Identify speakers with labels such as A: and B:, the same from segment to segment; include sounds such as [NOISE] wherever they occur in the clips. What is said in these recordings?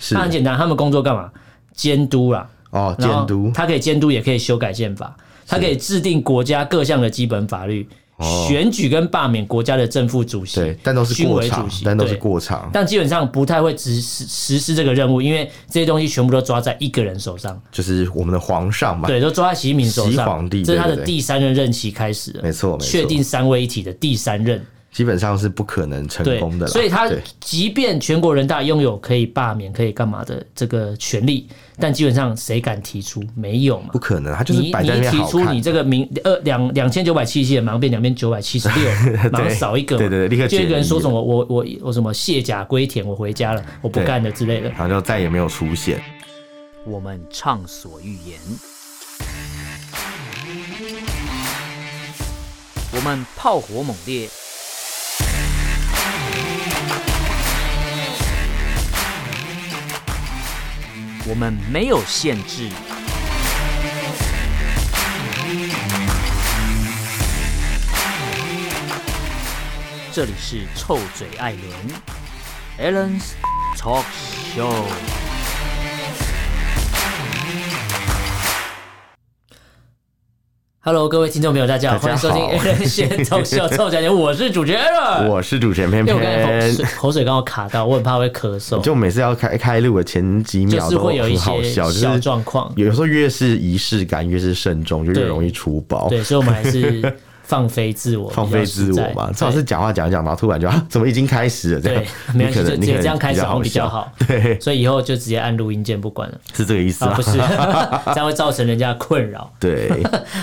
A: 是
B: 他很简单，他们工作干嘛？监督啦，
A: 哦，
B: 然后
A: 监督
B: 他可以监督，也可以修改宪法，他可以制定国家各项的基本法律，
A: 哦
B: 选举跟罢免国家的正副主席，
A: 对，但都是
B: 军
A: 过
B: 委主
A: 场
B: 席，，
A: 但都是
B: 对
A: 过场，
B: 但基本上不太会实施实施这个任务，因为这些东西全部都抓在一个人手上，
A: 就是我们的皇上嘛，
B: 对，都抓在习近平手
A: 习
B: 上。
A: 皇帝
B: 这是他
A: 对
B: 的
A: 对对
B: 第三任任期开始了，
A: 没错没错
B: 确定三位一体的第三任，
A: 基本上是不可能成
B: 对
A: 功的，啦。
B: 所以他
A: 对
B: 即便全国人大拥有可以罢免、可以干嘛的这个权利，但基本上谁敢提出？没有嘛
A: 不。可能，他就是
B: 你
A: 摆在那
B: 你
A: 边
B: 提
A: 好
B: 出
A: 看
B: 你。这个名呃两两千九百七十七人，马上变两千九百七十六，马上少一个嘛，
A: [LAUGHS] 对对对立刻
B: 就一个人
A: 解
B: 说
A: 离
B: 什么我我我什么卸甲归田，我回家了，我不
A: 对
B: 干了之类的。
A: 然后就再也没有出现。
B: [LAUGHS]
C: 我们畅所欲言；我们炮火猛烈；我们没有限制。这里是臭嘴艾伦 a l l e n s Talk Show。
B: Hello，各位听众朋友，大家好，欢
A: 大家
B: 迎收听
A: 好
B: A 人
A: [LAUGHS]
B: 先脱秀臭讲点，我是主持人 Aaron。
A: 我是主持人偏
B: 因为我刚才口水
A: 偏，
B: 口水刚好卡到，我很怕会咳嗽，
A: 就每次要开开录的前几
B: 就
A: 秒
B: 是
A: 都
B: 会有一
A: 很好
B: 些
A: 笑，就
B: 小
A: 是
B: 状况。
A: 有时候越是仪式感，越是慎重，就越
B: 对
A: 容易出包。
B: 对，所以我们还是放飞自我，
A: [LAUGHS] 放
B: 比较
A: 飞
B: 实
A: 自我
B: 在
A: 嘛，
B: 对
A: 最好是讲话讲一讲，然后突然就 [LAUGHS] 啊，怎么已经开始了这样
B: 对？，
A: 你
B: 没关
A: 可
B: 系，就
A: 能
B: 直
A: 你可
B: 接
A: 能
B: 这样开始好像比较
A: 笑
B: 好。
A: 对，
B: 所以以后就直接按录音键不管了
A: [LAUGHS] 是这个意思
B: 啊，
A: 啊
B: 不。是，
A: [LAUGHS]
B: 这样会造成人家的困扰。
A: 对，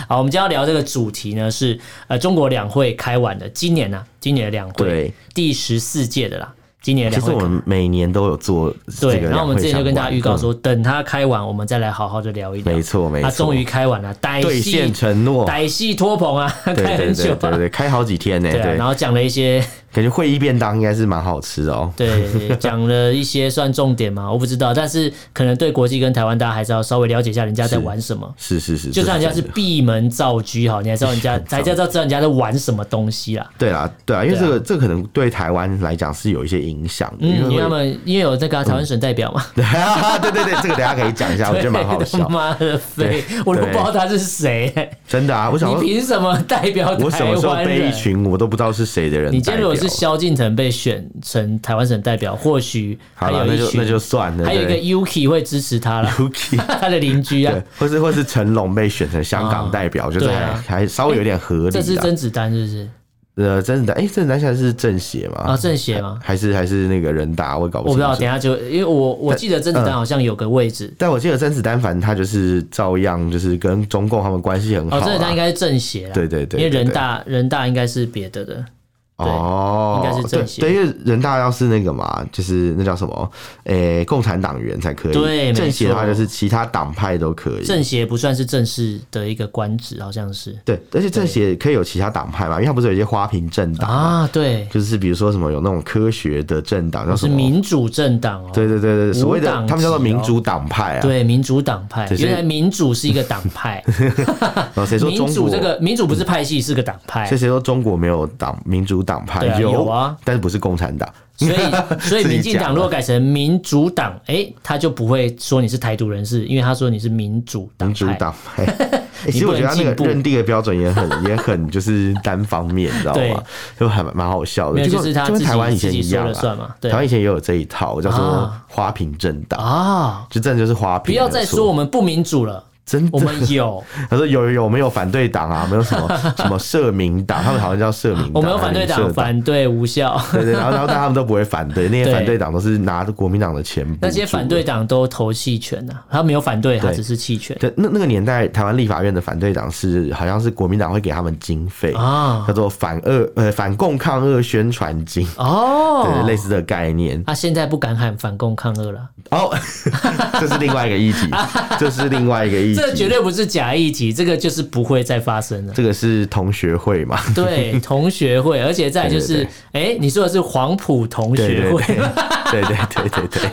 B: 好，我们今天要聊这个主题呢是呃中国两会开完了，今年呢、啊今年的两会
A: 对
B: 第十四届的啦，今年的
A: 其
B: 两会
A: 实我
B: 开
A: 们每年都有做这个
B: 对，
A: 两会相关。嗯
B: 然后我们之前就跟大家预告说，等它开完，我们再来好好的聊一聊。
A: 没错没错
B: 它终于开完了，歹
A: 嗯，兑
B: 戏
A: 现承诺，
B: 歹戏拖棚啊，
A: 嗯
B: [LAUGHS]
A: 对
B: 开
A: 对
B: 很久
A: 对对
B: 啊。
A: 对，开好几天呢，
B: 对啊，
A: 对
B: 然，后讲了一些，。
A: 感觉会议便当应该是蛮好吃的哦
B: 对，讲了一些算重点嘛，我不知道，但是可能对国际跟台湾，大家还是要稍微了解一下人家在玩什么。
A: 是是是，
B: 就算人家
A: 这
B: 是
A: 真的
B: 闭门造车，好，你还知道人家，才知道知道人家在玩什么东西啦。
A: 对啦，对啊，因为
B: 对啊
A: 这个这个可能对台湾来讲是有一些影响的，
B: 嗯，因为
A: 会
B: 他们因为有那个啊台湾省代表嘛，
A: [LAUGHS] 对对对，嗯哦这个等一下可以讲
B: [LAUGHS]
A: 一下，我觉得蛮好
B: 对他
A: 笑，
B: 妈的飞，我都不知道他是谁、
A: 真的啊，我想
B: 你
A: 说
B: 凭什么代表
A: 我什
B: 台
A: 么时候
B: 湾
A: 被一
B: 人？
A: 群我都不知道是谁的人代表？
B: 你今天如果是萧敬腾被选成台湾省代表，或许
A: 好
B: 还
A: 了，
B: 有
A: 那
B: 一
A: 就
B: 群，
A: 那就算了。
B: 还有一个
A: [LAUGHS] 对
B: Yuki 会支持他
A: [LAUGHS]
B: 了，
A: Yuki，
B: 他的邻居啊
A: 对，，或是或是成龙被选成香港代表，就是
B: 哦对
A: 还
B: 啊
A: 还稍微有点合理
B: 这是
A: 啦。
B: 甄子丹是不是？
A: 呃，甄子丹，哎，甄子丹现在是政协
B: 啊，
A: 嘛？
B: 政协吗？
A: 还是还是那个人大？我也搞
B: 我不
A: 清
B: 知道，
A: 楚
B: 等。一下就因为我我记得甄
A: 嗯
B: 子丹好像有个位置，
A: 但我记得甄子丹，反正他就是照样就是跟中共他们关系很好
B: 哦，
A: 啊。
B: 甄子丹应该是政协啦，
A: 对对对
B: 因为
A: 对
B: 人
A: 对
B: 大人大应该是别的的，对
A: 哦，
B: 应该是政协
A: 对，对，因为人大要是那个嘛，就是那叫什么？诶，共产党员才可以。
B: 对没错
A: 政协的话就是其他党派都可以。
B: 政协不算是正式的一个官职，好像是
A: 对，而且政协可以有其他党派嘛，因为它不是有一些花瓶政党嘛，
B: 啊，对，
A: 就是比如说什么有那种科学的政党，叫
B: 是
A: 什么？
B: 民主政党哦，
A: 对对对对，所谓的
B: 无党籍哦
A: 他们叫做民主党派啊。，
B: 对民主党派，
A: 对所以
B: 原来民主是一个党
A: [LAUGHS]
B: 派，
A: 然后谁说
B: 民
A: 中
B: 主
A: 国嗯
B: 这？个民主不是派系，是个党派
A: 所以，谁说中国没有党民主党派
B: 对？啊有啊，
A: 但是不是共产党？
B: 所以
A: [LAUGHS]
B: 所以
A: 自己
B: 民进
A: 讲
B: 党
A: 了
B: 如果改成民主党，哎，他就不会说你是台独人士，因为他说你是民主党
A: 民主
B: 派。
A: 党派。 [LAUGHS] 欸其实
B: 不
A: 我觉得
B: 能
A: 他那
B: 进步
A: 个认定的标准
B: [LAUGHS]
A: 也很也很就是单方面，你知道
B: 对
A: 吗？就还蛮蛮好笑
B: 没
A: 的，
B: 有，就
A: 跟
B: 是他自
A: 就跟
B: 己
A: 台湾以
B: 自
A: 前
B: 己
A: 一
B: 说
A: 样
B: 了
A: 啊。
B: 算嘛，对
A: 台湾以前也有这一套，叫做
B: 啊
A: 花瓶政党，
B: 啊，
A: 就真的就是花
B: 不
A: 瓶。
B: 要再
A: 没有错
B: 说我们不民主了，
A: 真的
B: 我们
A: [LAUGHS]
B: 有，
A: 他说有有有没有反对党啊？没有什么 [LAUGHS] 什么社民党，他们好像叫社民党，
B: [LAUGHS] 我们有反对
A: 还是
B: 党，
A: 社
B: 反对无效。
A: 对对，然后然后 [LAUGHS] 但他们都不会反对，那些
B: 对
A: 反对党都是拿着国民党的钱补助的。
B: 那些反对党都投弃权呐、他没有反对，他
A: 对
B: 只是弃权
A: 对那那个年代，台湾立法院的反对党是好像是国民党会给他们经费，
B: 啊
A: 叫。做反恶呃反共抗恶宣传金， [LAUGHS] 对，
B: 哦，
A: 类似的概念。
B: 他、现在不敢喊反共抗俄了，
A: 哦， [LAUGHS] 这是另外一个议题，这是另外一个议题，
B: [LAUGHS] 这绝对不是假议题，这个就是不会再发生了。
A: 这个是同学会嘛？ [LAUGHS]
B: 对，同学会，而且再就是，哎、你说的是黄埔同
A: 对
B: 学
A: 对
B: 会，
A: 对对对对对对。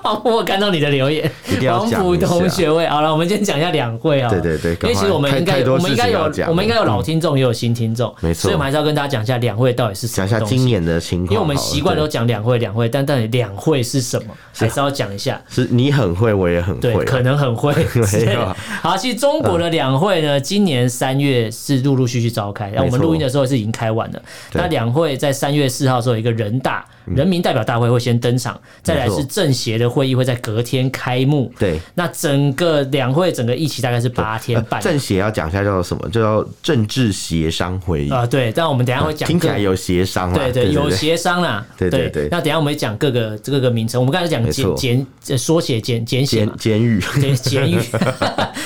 B: 好， [LAUGHS] 我看到你的留言
A: 一定，要
B: 黄
A: 讲
B: 埔
A: 一下
B: 同学会。好了，我们今天讲一下两会啊。
A: 对对对
B: 因为其实我们
A: 赶快
B: 应该
A: 太太
B: 有，
A: 多
B: 我们应该
A: 事情要
B: 有，
A: 讲嗯
B: 我们应该有老听众，也有新听众，
A: 没错
B: 所以我们还是要跟大家讲一下两会到底是什
A: 讲
B: 么
A: 一下
B: 东西
A: 今年的情况好了，
B: 因为我们习惯都
A: 对
B: 讲两会两会，但到底两会是什么，还是要讲一下。
A: 是你很会，我也很
B: 对，
A: 会，啊
B: 可能很会。
A: [LAUGHS] 没有啊
B: 好，其实中国的两会呢，今年三月是陆陆续续召开，那我们
A: 没错
B: 录音的时候是已经开完了。
A: 对嗯
B: 那两会在三月四号的时候，有一个人大人民代表大会会先登场，再来
A: 没错
B: 是政协的会议会在隔天开幕。
A: 对。呃
B: 那整个两会整个一期大概是八天半
A: 政协要讲一下叫做什么，叫做政治协商会议。
B: 啊，对。但我们等一下会讲
A: 听起
B: 更
A: 来有协商啦，啊
B: 对
A: 对
B: 对，
A: 对，
B: 有
A: 对
B: 协商啦。
A: 对对对
B: 那等一下我们讲各个各个名称，我们刚才讲
A: 没
B: 简
A: 错
B: 简呃缩写简简写嘛
A: 监。监
B: [LAUGHS]
A: 狱 [LAUGHS]
B: 对，监狱。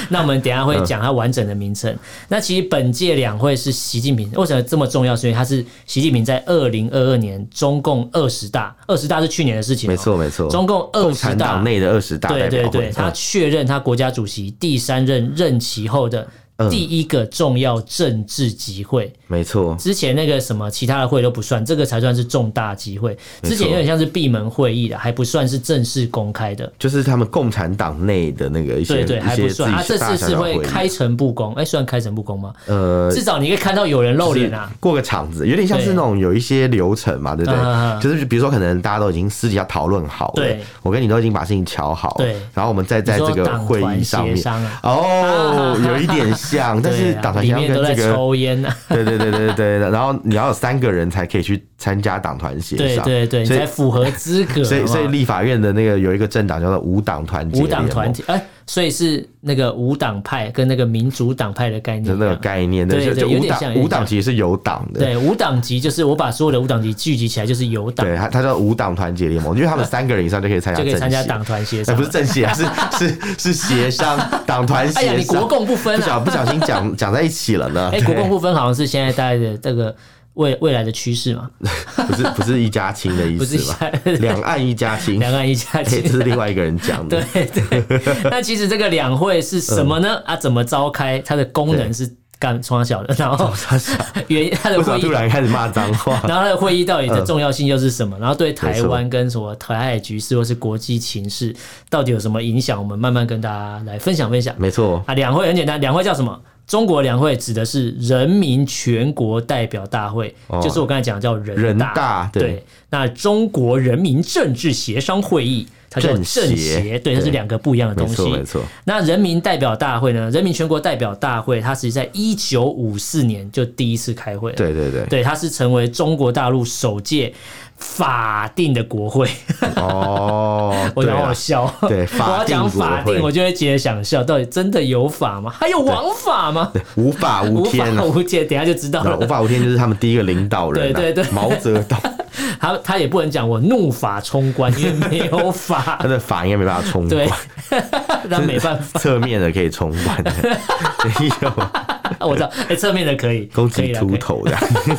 B: 那我们等一下会讲它完整的名
A: 嗯
B: 称。那其实本届两会是习近平为什么这么重要？是因为它是习近平在二零二二年中共二十大，二十大是去年的事情哦、
A: 没错没错，
B: 中共二
A: 共
B: 十
A: 产
B: 大
A: 党内的二十大
B: 对
A: 代
B: 对
A: 表
B: 对，
A: 会，嗯
B: 他确认他国家主席第三任任期后的
A: 嗯
B: 第一个重要政治集会。
A: 没错，
B: 之前那个什么其他的会都不算，这个才算是重大集会。
A: 没错
B: 之前有点像是闭门会议的，还不算是正式公开的。
A: 就是他们共产党内的那个一些
B: 对对，
A: 一
B: 还
A: 些
B: 不
A: 自
B: 算。他、
A: 己
B: 这
A: 大
B: 次
A: 小
B: 是
A: 小
B: 会
A: 会议
B: 开诚布公，哎、算开诚布公吗？
A: 呃
B: 至少你可以看到有人露脸啊
A: 是。过个场子，有点像是
B: 对
A: 那种有一些流程嘛，对不
B: 嗯嗯嗯
A: 对？就是比如说，可能大家都已经私底下讨论好了，
B: 对
A: 我跟你都已经把事情瞧好，
B: 对
A: 然后我们再在
B: 你
A: 这
B: 说
A: 个会
B: 党
A: 议上
B: 团协
A: 面
B: 商啊，
A: 哦，有一点像，但是
B: 对啊
A: 党团协
B: 里
A: 商
B: 面都
A: 跟
B: 在
A: 这个，
B: 抽烟啊。
A: 对对对对对对，然后你要有三个人才可以去参加党团协
B: 对
A: 商，
B: 对对，你
A: 所以
B: 才符合资格。
A: 所以所以
B: 好不好
A: 立法院的那个有一个政党叫做无党团结
B: 无党
A: 联盟
B: 团体，哎、所以是那个无党派跟那个民主党派的概念
A: 的
B: 一
A: 那个
B: 样。
A: 概念，对
B: 对
A: 就
B: 对
A: 就
B: 有
A: 无
B: 点像有
A: 党
B: 点
A: 无党
B: 像
A: 其实是有党的，
B: 对，无党籍就是我把所有的无党籍聚集起来，就是有党，
A: 对，他他叫无党团结联盟，因为他们三个人以上就可以参加
B: 就可以
A: 政
B: 参加
A: 协
B: 党团协
A: 哎，
B: 商
A: 不。是政
B: [LAUGHS]
A: 协啊，是是是协商党团
B: 哎呀，
A: 协
B: 你国
A: 商，
B: 共不分
A: 不
B: 啊！
A: 小不小心讲讲在一起了呢
B: 哎、。国共不分好像是现在大概的这个未未来的趋势嘛，
A: 不是不是一家亲的意
B: 不是
A: 思
B: 现
A: 吧？
B: 在的 [LAUGHS]
A: 两岸一家亲，
B: 两岸一家
A: 哎这
B: 亲。
A: 是另外一个人讲
B: 对
A: 的。
B: [LAUGHS] 对， [LAUGHS] 那其实这个两会是什么呢？啊，怎么召开？它的功能
A: 对
B: 是干从小的，然后 [LAUGHS] 原它的
A: 为什么
B: 会议
A: 突，然开始骂脏
B: [LAUGHS]
A: 话？
B: 然后它的会议到底的重要性又是什么？然后对台湾
A: 没
B: 跟什么台海局势或是国际情势到底有什么影响？我们慢慢跟大家来分享分享。
A: 没错，
B: 啊，两会很简单，两会叫什么？中国两会指的是人民全国代表大会，
A: 哦
B: 就是我刚才讲的叫人
A: 人大
B: 对
A: 对
B: 那中国人民政治协商会议，它叫政
A: 政
B: 协，
A: 协
B: 对，它是
A: 对
B: 两个不一样的
A: 没
B: 东
A: 错，没
B: 西。
A: 错，
B: 那人民代表大会呢？人民全国代表大会，它实际在一九五四年就第一次开会了。
A: 对对对，
B: 对，它是成为中国大陆首届法定的国会。
A: 哦，
B: 我
A: 对
B: 想好
A: 啊
B: 笑。 [LAUGHS]
A: 对
B: 我要
A: 法定
B: 讲
A: 国
B: 法定，
A: 会
B: 我就会觉得想笑。到底真的有法吗？还有王法吗？
A: 无法无
B: 无法
A: 天啊！
B: 无天，等一下就知 [LAUGHS] 道
A: 那无
B: 了。
A: 法无天就是他们第一个领导人啊，
B: 对对对
A: 毛泽
B: [LAUGHS]
A: 东，
B: 他他也不能讲我怒法冲冠，因为没有法
A: [LAUGHS] 他。的法应该没办法冲
B: 对
A: 冠，，
B: [LAUGHS] 那没办法，
A: 侧面的可以冲
B: [LAUGHS]
A: 冠，没有
B: 我知道。哎，侧面的可以，
A: [LAUGHS] 攻
B: 可以
A: 击
B: 啦
A: 秃，头的，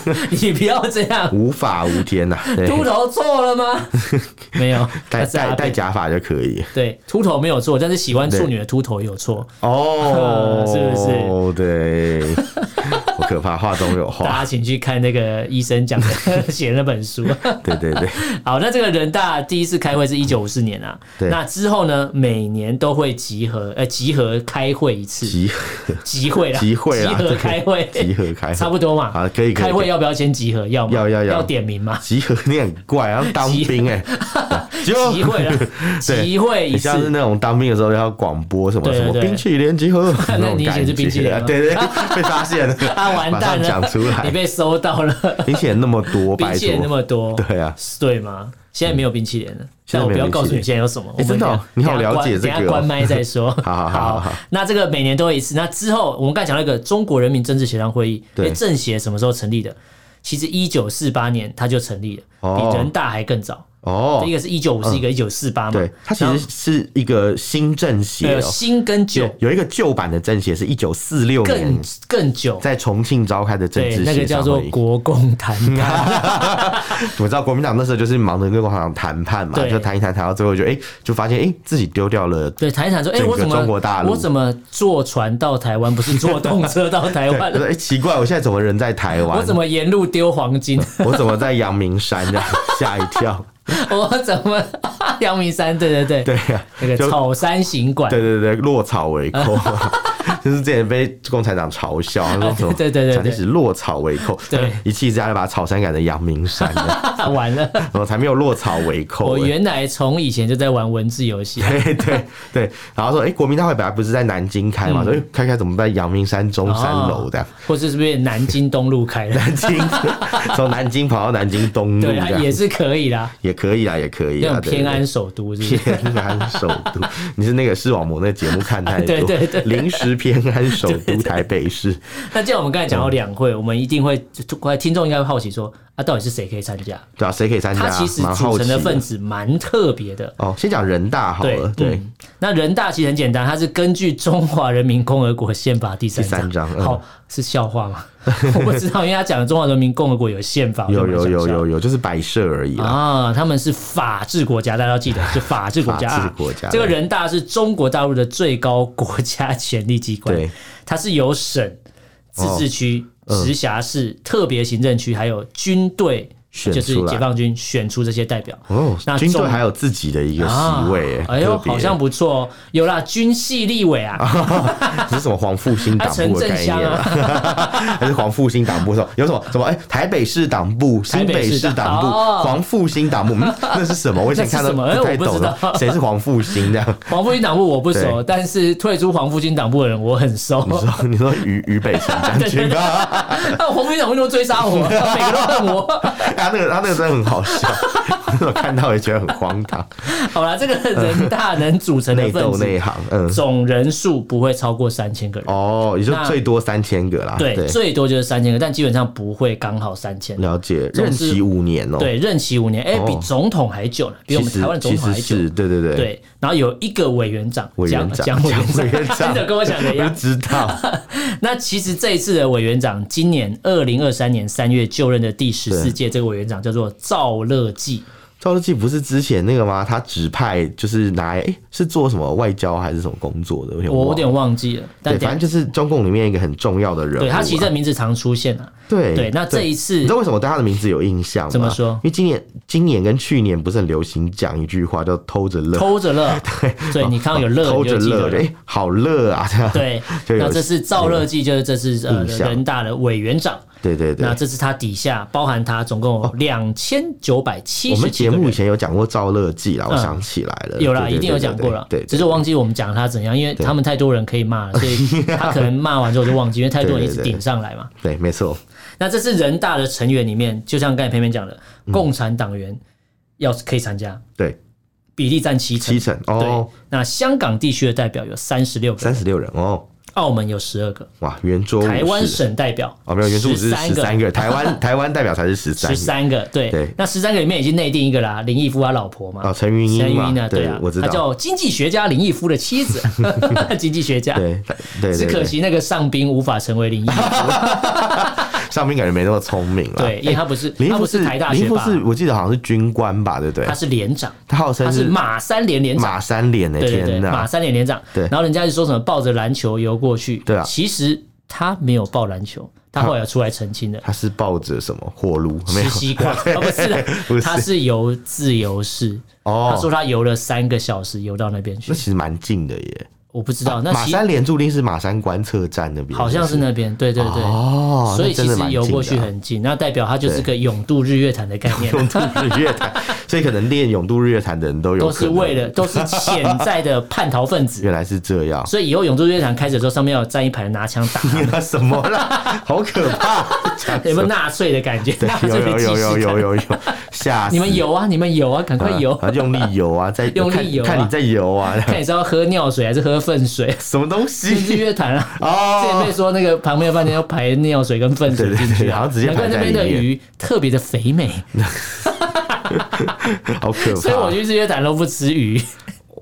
B: 可以 [LAUGHS] 你不要这
A: [LAUGHS]
B: 样。
A: 无法无天呐！对
B: 秃头做了吗？没有，
A: [LAUGHS] 戴
B: 那是阿
A: 戴
B: 扁
A: 戴假发就可以
B: 对秃头没有错，但是喜欢处女的秃头有错。，
A: 哦
B: [LAUGHS] 是
A: 不
B: [LAUGHS]
A: 是？对，好可怕，话中有
B: 大
A: 话
B: 家，请去看那个医生讲的 [LAUGHS] 写的那本
A: [LAUGHS]
B: 书。
A: 对对对，
B: [LAUGHS] 好，那这个人大第一次开会是一九五四年啊，
A: 对
B: 那之后呢，每年都会集合，呃，集合开会一次，
A: 集
B: 集会啦，
A: 集会啦
B: 啊集合
A: 对
B: 开会，
A: 集合开会
B: 差不多嘛。
A: 好可以可以
B: 开
A: 可
B: 会
A: 以
B: 要不要先集合？要吗
A: 要要要
B: 要点名嘛。
A: 集合，你很怪，要当兵哎，
B: [LAUGHS]
A: 就
B: 集会啦，
A: [LAUGHS] 对
B: 集会一
A: 你像是
B: 次。
A: 那种当兵的时候要广播什么
B: 哎对
A: 什
B: 对
A: 么
B: 对
A: 冰淇淋集合，那
B: [LAUGHS] 那
A: 种
B: 你以前
A: 感
B: 是
A: 觉，
B: 冰淇淋吗
A: [LAUGHS] 对对，被发现了，
B: [LAUGHS] 啊，完
A: 马
B: 蛋
A: 上
B: 了！
A: 讲出
B: 你
A: 来，
B: 被搜到了，
A: 冰淇淋那么多，
B: 冰
A: 拜
B: 淇淋那
A: 托，
B: 么多，
A: [LAUGHS] 对啊，
B: 对吗？现在没有冰淇淋了，
A: 现
B: 但
A: 在
B: 我
A: 没
B: 不
A: 有
B: 要告诉你
A: 冰淇淋
B: 现在有什
A: [LAUGHS]
B: 么。我们
A: 真的哦
B: 等下
A: 你好
B: 等下
A: 了
B: 关
A: 解这
B: 等下
A: 个哦
B: 关麦再
A: [LAUGHS]
B: 说。
A: 好好好好，
B: 那这个每年都有一次。那之后我们刚才讲那个中国人民政治协商会议，
A: 对
B: 诶政协什么时候成立的？其实一九四八年它就成立了，
A: 哦
B: 比人大还更早。
A: 哦嗯
B: 一，个是一九五四，一个一九四八嘛。
A: 对，它其
B: 然
A: 实
B: 后
A: 是一个新政协
B: 呃
A: 哦，
B: 新跟旧
A: 有有一个旧版的政协是一九四六
B: 更
A: 年
B: 更久。
A: 在重庆召开的政
B: 对，
A: 治
B: 那个
A: 协
B: 叫
A: 商
B: 做
A: 会议。
B: 国共谈
A: [LAUGHS]
B: 判，
A: 我知道国民党那时候就是忙着跟共产党谈判嘛，
B: 对
A: 就谈一谈，谈到最后就哎、就发现哎、自己丢
B: [LAUGHS]
A: 掉了。
B: 对，谈一谈说，哎、
A: 整个
B: 我怎么
A: 中国大陆
B: 我怎么坐船到台湾，不是
A: [LAUGHS]
B: 坐动车到台
A: 对，
B: 湾
A: 他说哎、奇怪，我现在怎么人在台湾？ [LAUGHS]
B: 我怎么沿路丢黄金？ [LAUGHS]
A: 我怎么在阳明山这样？吓一跳。
B: 我怎么阳明山？对对对，
A: 对啊，
B: 那个
A: 就
B: 草山行馆，
A: 对对对，落草为
B: [LAUGHS]
A: 寇。就是之前被共产党嘲笑，他说什么
B: 啊对对对对
A: 蒋介石落草为寇，
B: 对
A: 一气之下就把草山改成阳明山了，
B: [LAUGHS] 完
A: [LAUGHS]
B: 了。
A: 然后才没有落草为寇
B: 我
A: 欸。
B: 原来从以前就在玩文字游戏，
A: [LAUGHS] 对对对，然后说，哎、国民大会本来不是在南京开
B: 嗯
A: 嘛，所以开开怎么在阳明山中山楼这样？
B: 哦或者是不是南京东路开的？
A: [LAUGHS] 南京从南京跑到南京东路这
B: 对啊，
A: 样
B: 也是可以啦，
A: 也可以啊，也可以
B: 那
A: 啊，
B: 种
A: [LAUGHS] 对对
B: 偏
A: 对
B: 安首都是不是
A: 偏安首都，你是那个视网膜那节目看太
B: [LAUGHS]
A: 多，
B: 对对对
A: 临时偏安首都台北市，
B: 那既然我们刚才讲到两会，我们一定会，就快听众应该会好奇说，啊，到底是谁可以参加？
A: 对啊，谁可以参加
B: 它
A: 啊
B: 其实？
A: 蛮
B: 组
A: 好
B: 成
A: 奇
B: 的分子蛮特别的。
A: 哦，先讲人大好
B: 对
A: 了，对，
B: 嗯那人大其实很简单，它是根据《中华人民共和国宪法》第三
A: 第三章嗯
B: 好是笑话吗？ [LAUGHS] 我不知道，因为他讲《中华人民共和国》有宪法，嗯
A: 有
B: 我就
A: 有
B: 蛮
A: 有
B: 想笑
A: 有有，就是摆设而已啦。
B: 啊，他们是法治国家，大家要记得是法治国家啊。
A: [LAUGHS] 法治国家
B: 这个人大是中国大陆的最高国家权力机关
A: 对，
B: 它是由省、自治区、直辖市、特别行政区，还有军队，
A: 哦选
B: 就是
A: 出来
B: 解放军选出这些代表。
A: 哦
B: 那，
A: 军队
B: 中
A: 还有自己的一个席位，
B: 哎呦，
A: 特别
B: 好像不错哦，有啦，军系立委
A: [LAUGHS]
B: 啊，
A: 这是什么黄复兴
B: 啊
A: 党
B: 陈
A: 部的
B: 振
A: 概
B: 香
A: 念
B: 啊，
A: 啊， [LAUGHS] 还是黄复兴党部说有什么什么？哎，台北市党部、
B: 台
A: 新
B: 北
A: 北
B: 市
A: 市
B: 党
A: 党部、
B: 哦
A: 黄复兴党部，嗯，那是什么？我以前看
B: 那
A: 到
B: 是什么哎
A: 不太
B: 我不
A: 懂
B: 知道
A: 了，谁是黄复兴这样？
B: 黄复兴党部我不熟，但是退出黄复兴党部的人我很熟。[LAUGHS]
A: 你说你说于于北辰将军 [LAUGHS] 啊，
B: 那黄复兴党部都追杀我，每个都恨我。
A: [LAUGHS] 他啊那个他那个真的很好笑， [LAUGHS] 我看到也觉得很荒唐，
B: 好啦，这个人大能组成的
A: 内
B: 分
A: 斗
B: 子
A: 内行，嗯，
B: 总人数不会超过三千个人，
A: 哦，也就
B: 那
A: 最多三千个啦，
B: 对，最多就是三千个，但基本上不会刚好三千。
A: 了解，
B: 总
A: 任
B: 之
A: 期五年哦，
B: 对，任期五年，哎，
A: 哦
B: 比总统还久呢，比我
A: 其
B: 们
A: 实
B: 台湾的总
A: 其
B: 统
A: 实
B: 还久。
A: 是对对对，
B: 对，然后有一个委员长，
A: 委员长
B: 讲讲委
A: 讲委
B: 员
A: 员
B: 长，
A: 长
B: [LAUGHS] 真的跟我讲的一
A: 我
B: 样
A: 就。知道，
B: [LAUGHS] 那其实这一次的委员长，今年二零二三年三月就任的第十四
A: 对
B: 届这个委员长叫做赵乐际，
A: 赵乐际不是之前那个吗？他指派就是拿来、诶是做什么外交还是什么工作的？我有点
B: 我
A: 忘
B: 有
A: 了
B: 点忘记了，但
A: 对，
B: 等
A: 反
B: 一
A: 正
B: 下
A: 就是中共里面一个很重要的人物啊、
B: 对他其实这名字常出现啊。
A: 哎对
B: 对，那这一次
A: 你知道为什么我对他的名字有印象吗？啊
B: 怎么说
A: 因为今年今年跟去年不是很流行讲一句话叫“偷着乐”，
B: 偷着
A: [LAUGHS]
B: 乐，对，所以你看到有乐
A: 哦偷
B: 你就
A: 着
B: 记得
A: 乐，
B: 了
A: 哎、。好乐啊！这样
B: 对，
A: [LAUGHS] 就有
B: 那这是赵乐际，就是这次呃
A: 印象
B: 人大的委员长。
A: 对对对哦
B: 那。这是他底下包含他总共有两千九百七
A: 我
B: 十
A: 们
B: 几
A: 节
B: 个
A: 目以
B: 人，
A: 前有讲过赵乐际啦，我
B: 嗯
A: 想起来了，
B: 有啦，
A: 对对
B: 一定有
A: 对对
B: 讲过了。
A: 对，对
B: 只是我忘记我们讲他怎样，因为他们太多人可以骂了，所
A: [LAUGHS]
B: 以他可能骂完之后就忘记，因为太多人一直
A: 对对对
B: 顶上来嘛。
A: 对，嗯没错，
B: 那这是人大的成员里面，就像刚才偏偏讲的，共产党员要可以参加，
A: 对，
B: 比例占七成
A: 七。成
B: 对
A: 哦，，
B: 那香港地区的代表有三十六个
A: 三
B: 人，
A: 十六人哦，
B: 澳门有十二个，
A: 哇，圆桌武士
B: 台湾省代表
A: 哦，没有，原著只是
B: 13
A: 十三个，台
B: [LAUGHS]
A: 湾台湾代表才是十三
B: 十
A: 个。
B: 三个，对，
A: 对
B: 那十三个里面已经内定一个啦，林毅夫他老婆嘛，
A: 哦陈云英
B: 陈云
A: 嘛
B: 英啊，
A: 对
B: 对啊，
A: 我知道
B: 他叫经济学家林毅夫的妻子， [LAUGHS] 经济学家。
A: 对对
B: 只
A: 对
B: 啊可
A: 对，
B: 惜那个上宾无法成为
A: [LAUGHS]
B: 林毅夫，
A: 上面感觉没那么聪明了。
B: 对，因为他不是
A: 林
B: 他
A: 毅
B: 不
A: 夫
B: 是
A: 哎是
B: 台大
A: 林
B: 学
A: 毅夫
B: 霸，
A: 是我记得好像是军官吧，对不对
B: 他？是连长，
A: 他号称
B: 他是马三连连长，
A: 马三连的，
B: 对对对，
A: 天
B: 马
A: 哪！
B: 三连连长。
A: 对
B: 然后人家就说什么抱着篮球游过去，
A: 对啊
B: 其实他没有抱篮球，他后来有出来澄清的，
A: 他是抱着什么火炉？ [LAUGHS] 没
B: 吃
A: 有
B: 西
A: [LAUGHS]
B: 瓜，哦不是的
A: 不是
B: 他是游自由式。他
A: 哦，
B: 说他游了三个小时，游到那边去
A: 那。其实蛮近的耶。
B: 我不知道，哦那
A: 马
B: 其
A: 三连注定是马山观测站那边，
B: 好像是那边，对对对。
A: 哦，
B: 所以
A: 那
B: 其
A: 真的
B: 实
A: 蛮
B: 游
A: 近
B: 过
A: 的
B: 去
A: 啊
B: 很近，那代表它就是个永渡日月潭的概念，啊
A: [LAUGHS] 永渡日月潭，所以可能练永渡日月潭的人都有
B: 都
A: 可
B: 是
A: 能
B: 为了都是潜在的叛逃分子。
A: [LAUGHS] 原来是这样。
B: 所以以后永渡日月潭开始的时候，上面要有站一排人拿枪打他们，
A: 那什么啦？好可
B: [LAUGHS]
A: 怕！ [LAUGHS] 讲
B: 有没
A: 什
B: 有
A: 么
B: 纳粹的感觉？纳粹
A: 有
B: 的
A: 有
B: 既
A: 有
B: 视
A: 有
B: 感
A: 有有有，吓死！
B: 你们游啊，你们游啊，赶快
A: 嗯
B: 游！
A: 啊用力游啊，在
B: [LAUGHS] 用力游啊
A: 看看你在游
B: [LAUGHS]
A: 啊，？
B: 看你是要喝尿水还是喝粪水
A: [LAUGHS] 什么东
B: 日
A: 西？
B: 月潭啊，之前
A: 哦
B: 被，说那个旁边的饭店要排尿水跟粪水进
A: 对对
B: 去
A: 对
B: 啊，
A: 然后直接
B: 难怪
A: 排
B: 那
A: 在
B: 边的
A: 里面
B: 鱼特别的肥美，
A: 好可
B: [LAUGHS]
A: 怕！
B: 所以我去日月潭都不吃鱼，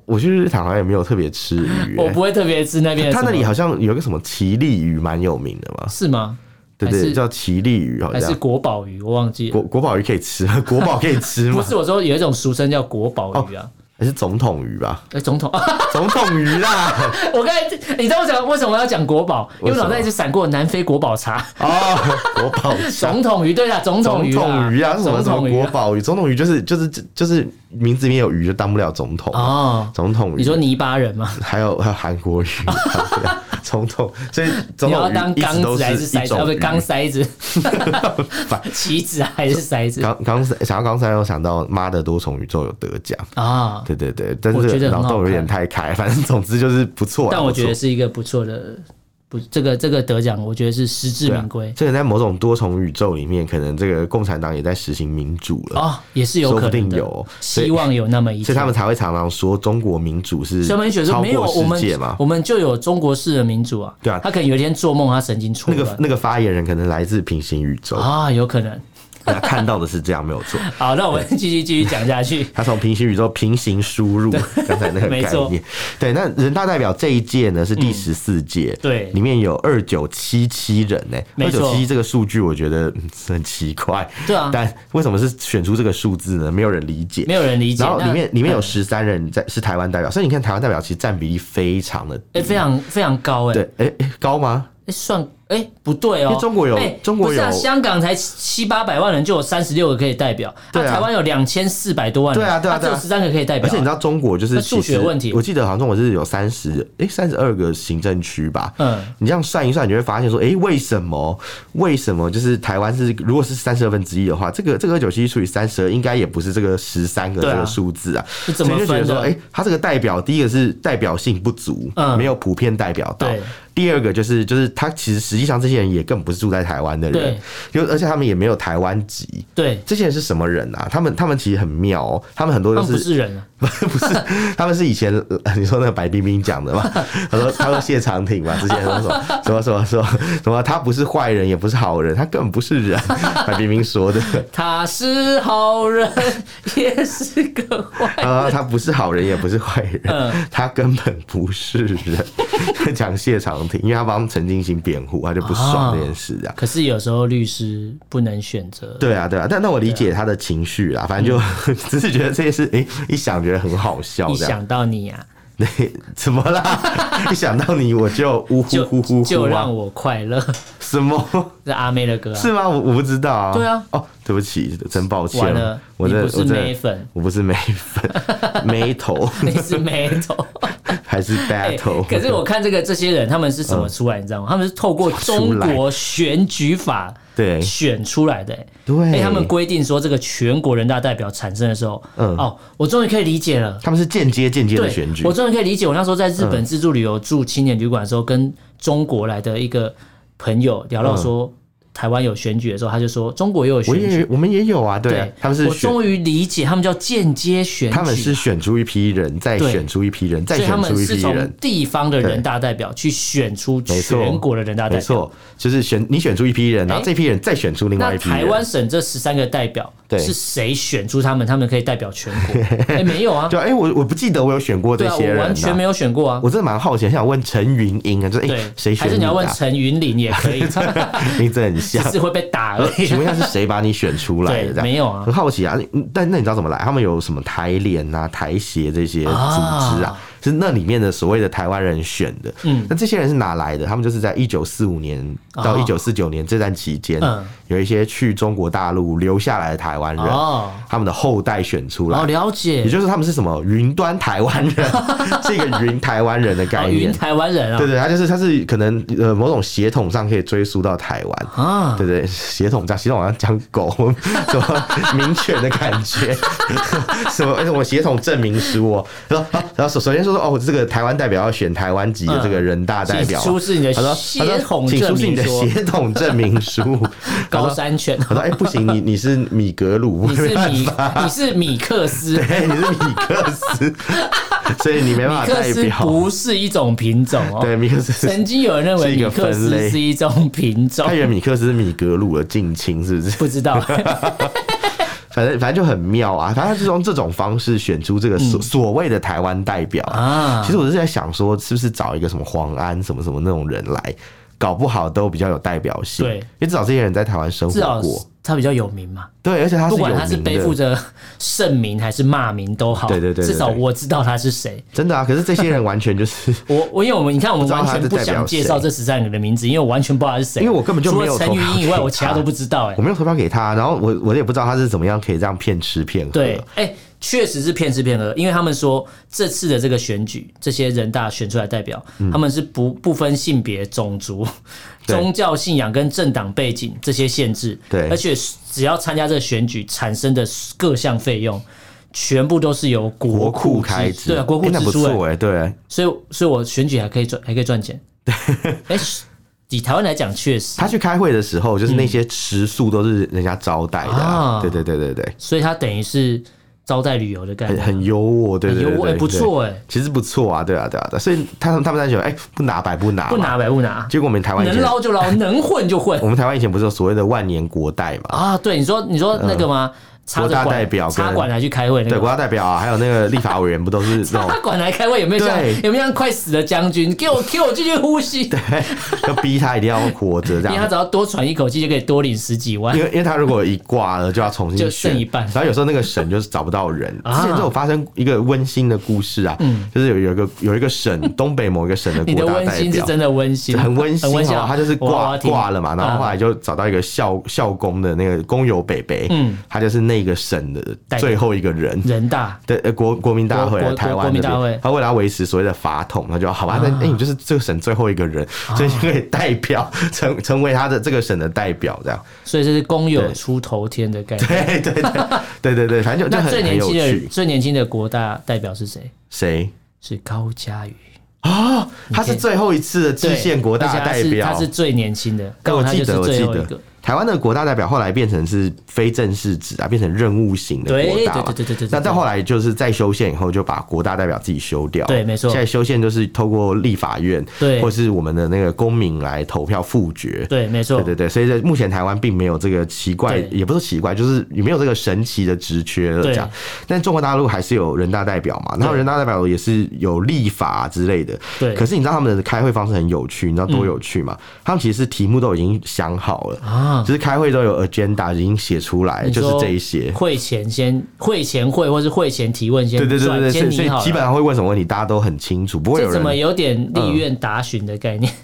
A: 我去日坛好像也没有特别吃鱼
B: [LAUGHS] 我
A: 欸，
B: 不会特别吃那边的什
A: 他
B: 么。
A: 那里好像有个什么奇力鱼蛮有名的嘛，
B: 是吗？
A: 对
B: 还
A: 对，
B: 是
A: 叫奇力鱼好
B: 还是
A: 像。
B: 国宝鱼，我忘记了。
A: [LAUGHS] 国国宝鱼可以吃，国宝可以吃
B: 不
A: 吗？哦
B: 是，我说有一种俗称叫国宝鱼啊，
A: 还是总统鱼吧？
B: 哎，总统， [LAUGHS]
A: 总统鱼啦！
B: 我刚才你知道我讲为什么我要讲国宝，因为
A: 为什么
B: 脑袋一直闪过南非国宝
A: [LAUGHS]
B: 茶、
A: 哦，国宝虾
B: 总啊统鱼，对啦，总统
A: 总
B: 鱼
A: 统鱼啊，是什么
B: 总
A: 什么
B: 统
A: 国
B: 啊
A: 宝鱼？总统鱼就是就是就是名字里面有鱼，就当不了总统。
B: 哦，
A: 总统鱼，
B: 你说泥巴人吗？
A: 还有还有韩国鱼， [LAUGHS] 对啊总统，所以 [LAUGHS] 总
B: 你要
A: 统
B: 当
A: 鱼一直
B: 缸
A: 都
B: 子还
A: 是
B: 是
A: 一
B: 筛子？啊，
A: 种
B: 不是 [LAUGHS]
A: 鱼。 [LAUGHS]
B: 钢筛子，棋子还是筛子
A: 刚刚想到刚才有想到《妈的多重宇宙》有得奖，
B: 啊？
A: 对对对，但
B: 我觉
A: 是
B: 得很好
A: 脑洞有点
B: 看
A: 太开， [LAUGHS] 反正总之就是不错啊。
B: 但我
A: 不错
B: 觉得是一个不错的，不，这个这个得奖，我觉得是实至
A: 对啊
B: 名归
A: 这个在某种多重宇宙里面，可能这个共产党也在实行民主了，
B: 哦，也是有
A: 说
B: 可
A: 不
B: 能
A: 定
B: 的。
A: 有。所以
B: 希望有那么一天。
A: 所以他们才会常常说中国民主是
B: 小美雪说
A: 超
B: 没有，
A: 过
B: 我
A: 世
B: 们
A: 界嘛。
B: 我们就有中国式的民主啊。
A: 对啊
B: 他可能有一天做梦，他神经错
A: 那
B: 乱。
A: 个那个发言人可能来自平行宇宙，
B: 啊，有可能。
A: 他看到的是这样没有错。。
B: 好，那我们继续继续讲下去
A: 他从平行宇宙平行
B: [LAUGHS]
A: 输入，刚才那个
B: 没
A: 概
B: 错嗯
A: 念。对，那人大代表这一届呢是第十四届，
B: 对
A: 里面有二九七七人呢、
B: 没
A: 二九
B: 错
A: 七七这个数据我觉得嗯是很奇怪，
B: [LAUGHS] 对啊
A: 但为什么是选出这个数字呢？没有人理解
B: 没。有人理解。
A: 然后里
B: 那
A: 面里面有
B: 嗯
A: 十三人在是台湾代表，所以你看台湾代表其实占比例非常的低
B: 哎、非常非常高哎、
A: 对，哎、哎高吗？
B: 哎算哎、不对
A: 因
B: 哦，
A: 为中国有
B: 哎
A: 中国
B: 不是啊
A: 有
B: 香港才七八百万人就有三十六个可以代表，
A: 对啊
B: 台湾有两千四百多万人，
A: 对啊对啊
B: 它只有
A: 对啊
B: 十三个可以代
A: 而
B: 表啊、
A: 且你知道中国就是
B: 那数学
A: 其实
B: 问题
A: 我记得好像中国是有三十哎三十二个行政区吧。
B: 嗯，
A: 你这样算一算，你就会发现说，哎、为什么？为什么就是台湾是如果是三十二分之一的话，这个这个九七除以三十二，应该也不是这个十三个这
B: 对啊
A: 个数字啊。
B: 是怎么
A: 所以就觉得
B: 分
A: 说，
B: 的
A: 哎、它这个代表，第一个是代表性不足，
B: 嗯
A: 没有普遍代表到
B: 对；
A: 第二个就是就是他其实实际上这些人也更不是住在台湾的人，就而且他们也没有台湾籍。
B: 对，
A: 这些人是什么人啊？他们他们其实很妙、哦，他们很多
B: 他
A: 都
B: 们不
A: 是
B: 是人啊，
A: [LAUGHS] 不是，他们是以前呃你说那个白冰冰讲的
B: [LAUGHS]
A: 嘛？他说他说谢长廷嘛，之前说什么什么什么什么什么，他不是坏人，也不是好人，他根本不是人。白冰冰
B: [LAUGHS]
A: 说的，
B: 他是好人，也是个坏人。
A: 呃，他不是好人，也不是坏
B: 嗯
A: 人，他根本不是人。讲谢长廷，因为他帮陈进兴辩护，他就不爽这件事啊。
B: [LAUGHS] 可是有时候律师不能选择，
A: 对啊，对啊，但那我理解他的情绪啦，反正就 [LAUGHS] 只是觉得这件事，诶，一想觉得很好笑，
B: 嗯一
A: 这样。
B: 想到你啊，
A: [LAUGHS] 对，怎么啦？ [LAUGHS] 一想到你我就呜呼
B: 就
A: 呼呼
B: 就
A: 呼啊
B: 让！我快乐， [LAUGHS]
A: 什么？ [LAUGHS]
B: 是阿妹的歌啊。
A: 是吗？我我不知道啊。
B: 对啊。
A: 哦，对不起，真抱歉。
B: 完了，
A: 我
B: 你
A: 真的
B: 不
A: 我
B: 是
A: 真的
B: 美粉，
A: 我不是眉
B: [LAUGHS]
A: 粉，眉头
B: 你是眉头。
A: [LAUGHS] 还是
B: [LAUGHS] 哎
A: battle？、
B: 可是我看这个这些人，他们是
A: 嗯
B: 怎么出来？你知道吗？他们是透过中国选举法 [LAUGHS]
A: 对
B: 选出来的、哎
A: 对
B: 哎、他们规定说，这个全国人大代表产生的时候，
A: 嗯
B: 哦，我终于可以理解了。
A: 他们是间接间接的
B: 对，
A: 选举嗯
B: 我。终于可以理解，我那时候在日本自助旅游住青年旅馆的时候，跟中国来的一个朋友聊到说。台湾有选举的时候，他就说中国也有选
A: 嗯我
B: 举，
A: 也我们也有啊，对啊
B: 对，
A: 他们是
B: 我
A: 选，
B: 终于理解，他们叫间接选举，
A: 他们是选出一批人，再
B: 对
A: 选出一批人，再
B: 所以他
A: 选
B: 们
A: 出一
B: 是
A: 批
B: 从
A: 人。
B: 地方的人
A: 对
B: 大代表去选出
A: 没错
B: 全国的人大代
A: 没
B: 表。
A: 错，就是选你选出一批人，然后
B: 哎
A: 这批人再选出另外
B: 那
A: 一批
B: 台
A: 人。
B: 湾省这十三个代表
A: 对
B: 是谁选出他们？他们可以代表全国？
A: [LAUGHS]
B: 哎、没有啊，
A: 对啊，哎，我我不记得我有选过
B: 对
A: 这
B: 啊，
A: 些
B: 我
A: 人
B: 完全
A: 啊
B: 没。有选过啊。
A: 我真的蛮好奇，很想问陈云英啊，就是
B: 对
A: 哎，，谁
B: 还
A: 选
B: 是你要问
A: 啊？
B: 陈云林也
A: [LAUGHS]
B: 可以，
A: 名字很像
B: 只，是会被打而
A: [LAUGHS]
B: 已
A: 请。问一下是谁把你选出来的？
B: 对
A: 这样
B: 没有啊
A: 很好奇啊。嗯但那你知道怎么来？他们有什么台联啊、台协这些组织啊，
B: 啊
A: 是那里面的所谓的台湾人选的。嗯，那这些人是哪来的？他们就是在一九四五年到
B: 哦
A: 一九四九年这段期间，
B: 嗯
A: 有一些去中国大陆留下来的台湾人，
B: 哦
A: 他们的后代选出来。
B: 哦，了解
A: 也，就是他们是什么云端台湾
B: [LAUGHS]
A: 人，是一个云台湾人的
B: 哦
A: 概念
B: 云。台湾人啊
A: 对，对，他就是他是可能呃某种血统上可以追溯到台湾
B: 啊
A: 对对，血统这样，血统好像讲狗 [LAUGHS] 什么民权的感觉，什么什么血统证明书哦，他说啊，然后首首先说说哦，这个台湾代表要选台湾籍的这个人大
B: 嗯
A: 代
B: 请
A: 表啊，
B: 出示你的
A: 他说他
B: 血
A: 说
B: 统
A: 请
B: 证
A: 出示你
B: 明
A: 的
B: 说
A: 血统证
B: [LAUGHS]
A: 明书，
B: 高山犬，
A: 他说哎不行，你你是米格鲁，
B: 你
A: [LAUGHS] 没
B: 是
A: 办
B: 米
A: 法，
B: 你是米克斯，
A: [LAUGHS] 对你是米克斯，所以你没
B: 米
A: 办法
B: 克
A: 代
B: 斯
A: 表，
B: 不是一种品种哦。
A: 对米克斯
B: [LAUGHS] 曾经有人认为米克斯是一种品种
A: 他，以为米克斯是米格鲁的近亲，是不是？
B: [LAUGHS] 不知道。 [LAUGHS]
A: 反正反正就很妙啊，反正他是用这种方式选出这个所、所谓的台湾代表啊。
B: 嗯啊
A: 其实我是在想说，是不是找一个什么黄安什么什么那种人来搞不好都比较有代表性。
B: 对
A: 因为至少这些人在台湾生
B: 至少
A: 活过，
B: 他比较有名嘛。
A: 对，而且他是
B: 不
A: 有
B: 管他是
A: 名
B: 背负
A: 的，
B: 着盛名还是骂名都好，
A: 对对对对
B: 至少
A: 对
B: 我知道他是谁。
A: 真的啊。可是这些人完全
B: [LAUGHS]
A: 就是，
B: 我我因为我们你看我们完全不想介绍这十三个人的名字，因为我完全不知道他是谁，
A: 因为我根本就没有
B: 除了陈
A: 投票
B: 云以
A: 给
B: 外，
A: 他
B: 我其他都不知道哎、
A: 我没有投票给他，然后我我也不知道他是怎么样可以这样骗吃骗喝。
B: 对，哎、确实是骗吃骗喝，因为他们说这次的这个选举，这些人大选出来的代表，他们是不不分性别、种族、
A: 嗯对
B: 宗教信仰跟政党背景这些限制，
A: 对
B: 而且只要参加这个选举产生的各项费用。全部都是由国
A: 国库
B: 库
A: 开
B: 支
A: 支，
B: 对啊，国库
A: 哎那
B: 支
A: 不
B: 出、哎
A: 错哎，对，
B: 所以，所以我选举还可以赚，还可以赚钱。对， [LAUGHS] 哎、以台湾来讲，确实，
A: 他去开会的时候，就是那些食宿都是人家招待的啊、
B: 嗯啊
A: 对对对对对，
B: 所以它等于是招待旅游的概
A: 很
B: 念，
A: 很优渥，对
B: 很
A: 对对
B: 优渥
A: 对
B: 哎不错
A: 对
B: 哎
A: 其实不错啊，对啊对啊对啊，所以他们他们在想，哎、不拿白不拿，
B: 不。拿白不拿，
A: 结果我们台湾以
B: 能
A: 前，
B: 捞就捞， [LAUGHS] 能混就混
A: 我们台湾以前不是有所谓的万年国代嘛？
B: 啊！对，你说你说那个吗？插着
A: 嗯国大
B: 管
A: 代表跟
B: 插管来去开会那
A: 对，
B: 个
A: 国
B: 吗。
A: 家代表啊，还有那个立法委员，不都是那
B: [LAUGHS] 插
A: 种
B: 管来开会有没有像
A: 对啊
B: 有没有像快死的将军？给我给我继续呼吸，因
A: 要逼他一定要活着
B: 为
A: 这
B: 他
A: 样
B: 只？要多喘一口气就可以多领十几万
A: 因。为因为他如果一挂了，就要重新
B: 就
A: 选
B: 剩一半
A: [LAUGHS] 然后有时候那个省就是找不到人。
B: 啊
A: 之前就有发生一个温馨的故事啊，
B: 嗯
A: 就是有有一个有一个省，东北某一个省的
B: 你
A: 国
B: 的
A: 大
B: 温
A: 代
B: 馨是
A: 表。
B: 真的温馨，
A: 很温馨
B: 很温馨
A: 哦
B: 啊，
A: 他就是
B: 我我
A: 挂
B: 要听
A: 挂了嘛，然后后
B: 啊
A: 来就找到一个校校工的那个工友北北，
B: 嗯
A: 他就是那个省的
B: 代表
A: 最后一个人，
B: 人大
A: 对，呃国国民大会
B: 国
A: 啊
B: 国
A: 台湾
B: 国
A: 那
B: 民大
A: 边
B: 会，啊
A: 他为了要维持所谓的法统，他就好吧，那哎你就是这个省最后一个人，所以就可以代
B: [LAUGHS]
A: 表成成为他的这个省的代表这样， [LAUGHS]
B: 所以这是公有
A: 对
B: 出头天的概念。
A: 对对对对对对，反正就就
B: 那
A: 很
B: 最
A: 很
B: 年
A: 有
B: 轻的
A: 趣。
B: 最年轻的国大代表是谁？
A: 谁？
B: 是高嘉瑜，
A: 啊，他是最后一次的知县国大
B: 对而
A: 代
B: 且
A: 表，
B: 他是他是最年轻的，
A: 但
B: 刚好
A: 我
B: 他
A: 记
B: 就是
A: 得，我
B: 最
A: 记
B: 后一
A: 得
B: 个。
A: 台湾的国大代表后来变成是非正式制啊，变成任务型的国大嘛。
B: 对对对对对对对
A: 那到后来就是在修宪以后，就把国大代表自己修掉。
B: 对没错
A: 现在修宪就是透过立法院，
B: 对
A: 或是我们的那个公民来投票复决。
B: 对，没错
A: 对，对对，所以在目前台湾并没有这个奇怪，
B: 对
A: 也不是奇怪，就是也没有这个神奇的职缺了
B: 对
A: 这样。但中国大陆还是有人大代表嘛，然后人大代表也是有立法之类的。
B: 对嗯
A: 可是你知道他们的开会方式很有趣，你知道多有趣吗？他们其实是题目都已经想好了，
B: 啊，
A: 就是开会都有 agenda 已经写出来，
B: 你
A: 哎就
B: 说
A: 是这一些。
B: 会前先会前会，或是会前提问先
A: 对对对
B: 转
A: 对对，所以
B: 先
A: 所
B: 拟
A: 以
B: 好了
A: 基本上会问什么问题，大家都很清楚，不会有
B: 这怎
A: 人。嗯
B: 么有点立院答询的概念？
A: [LAUGHS]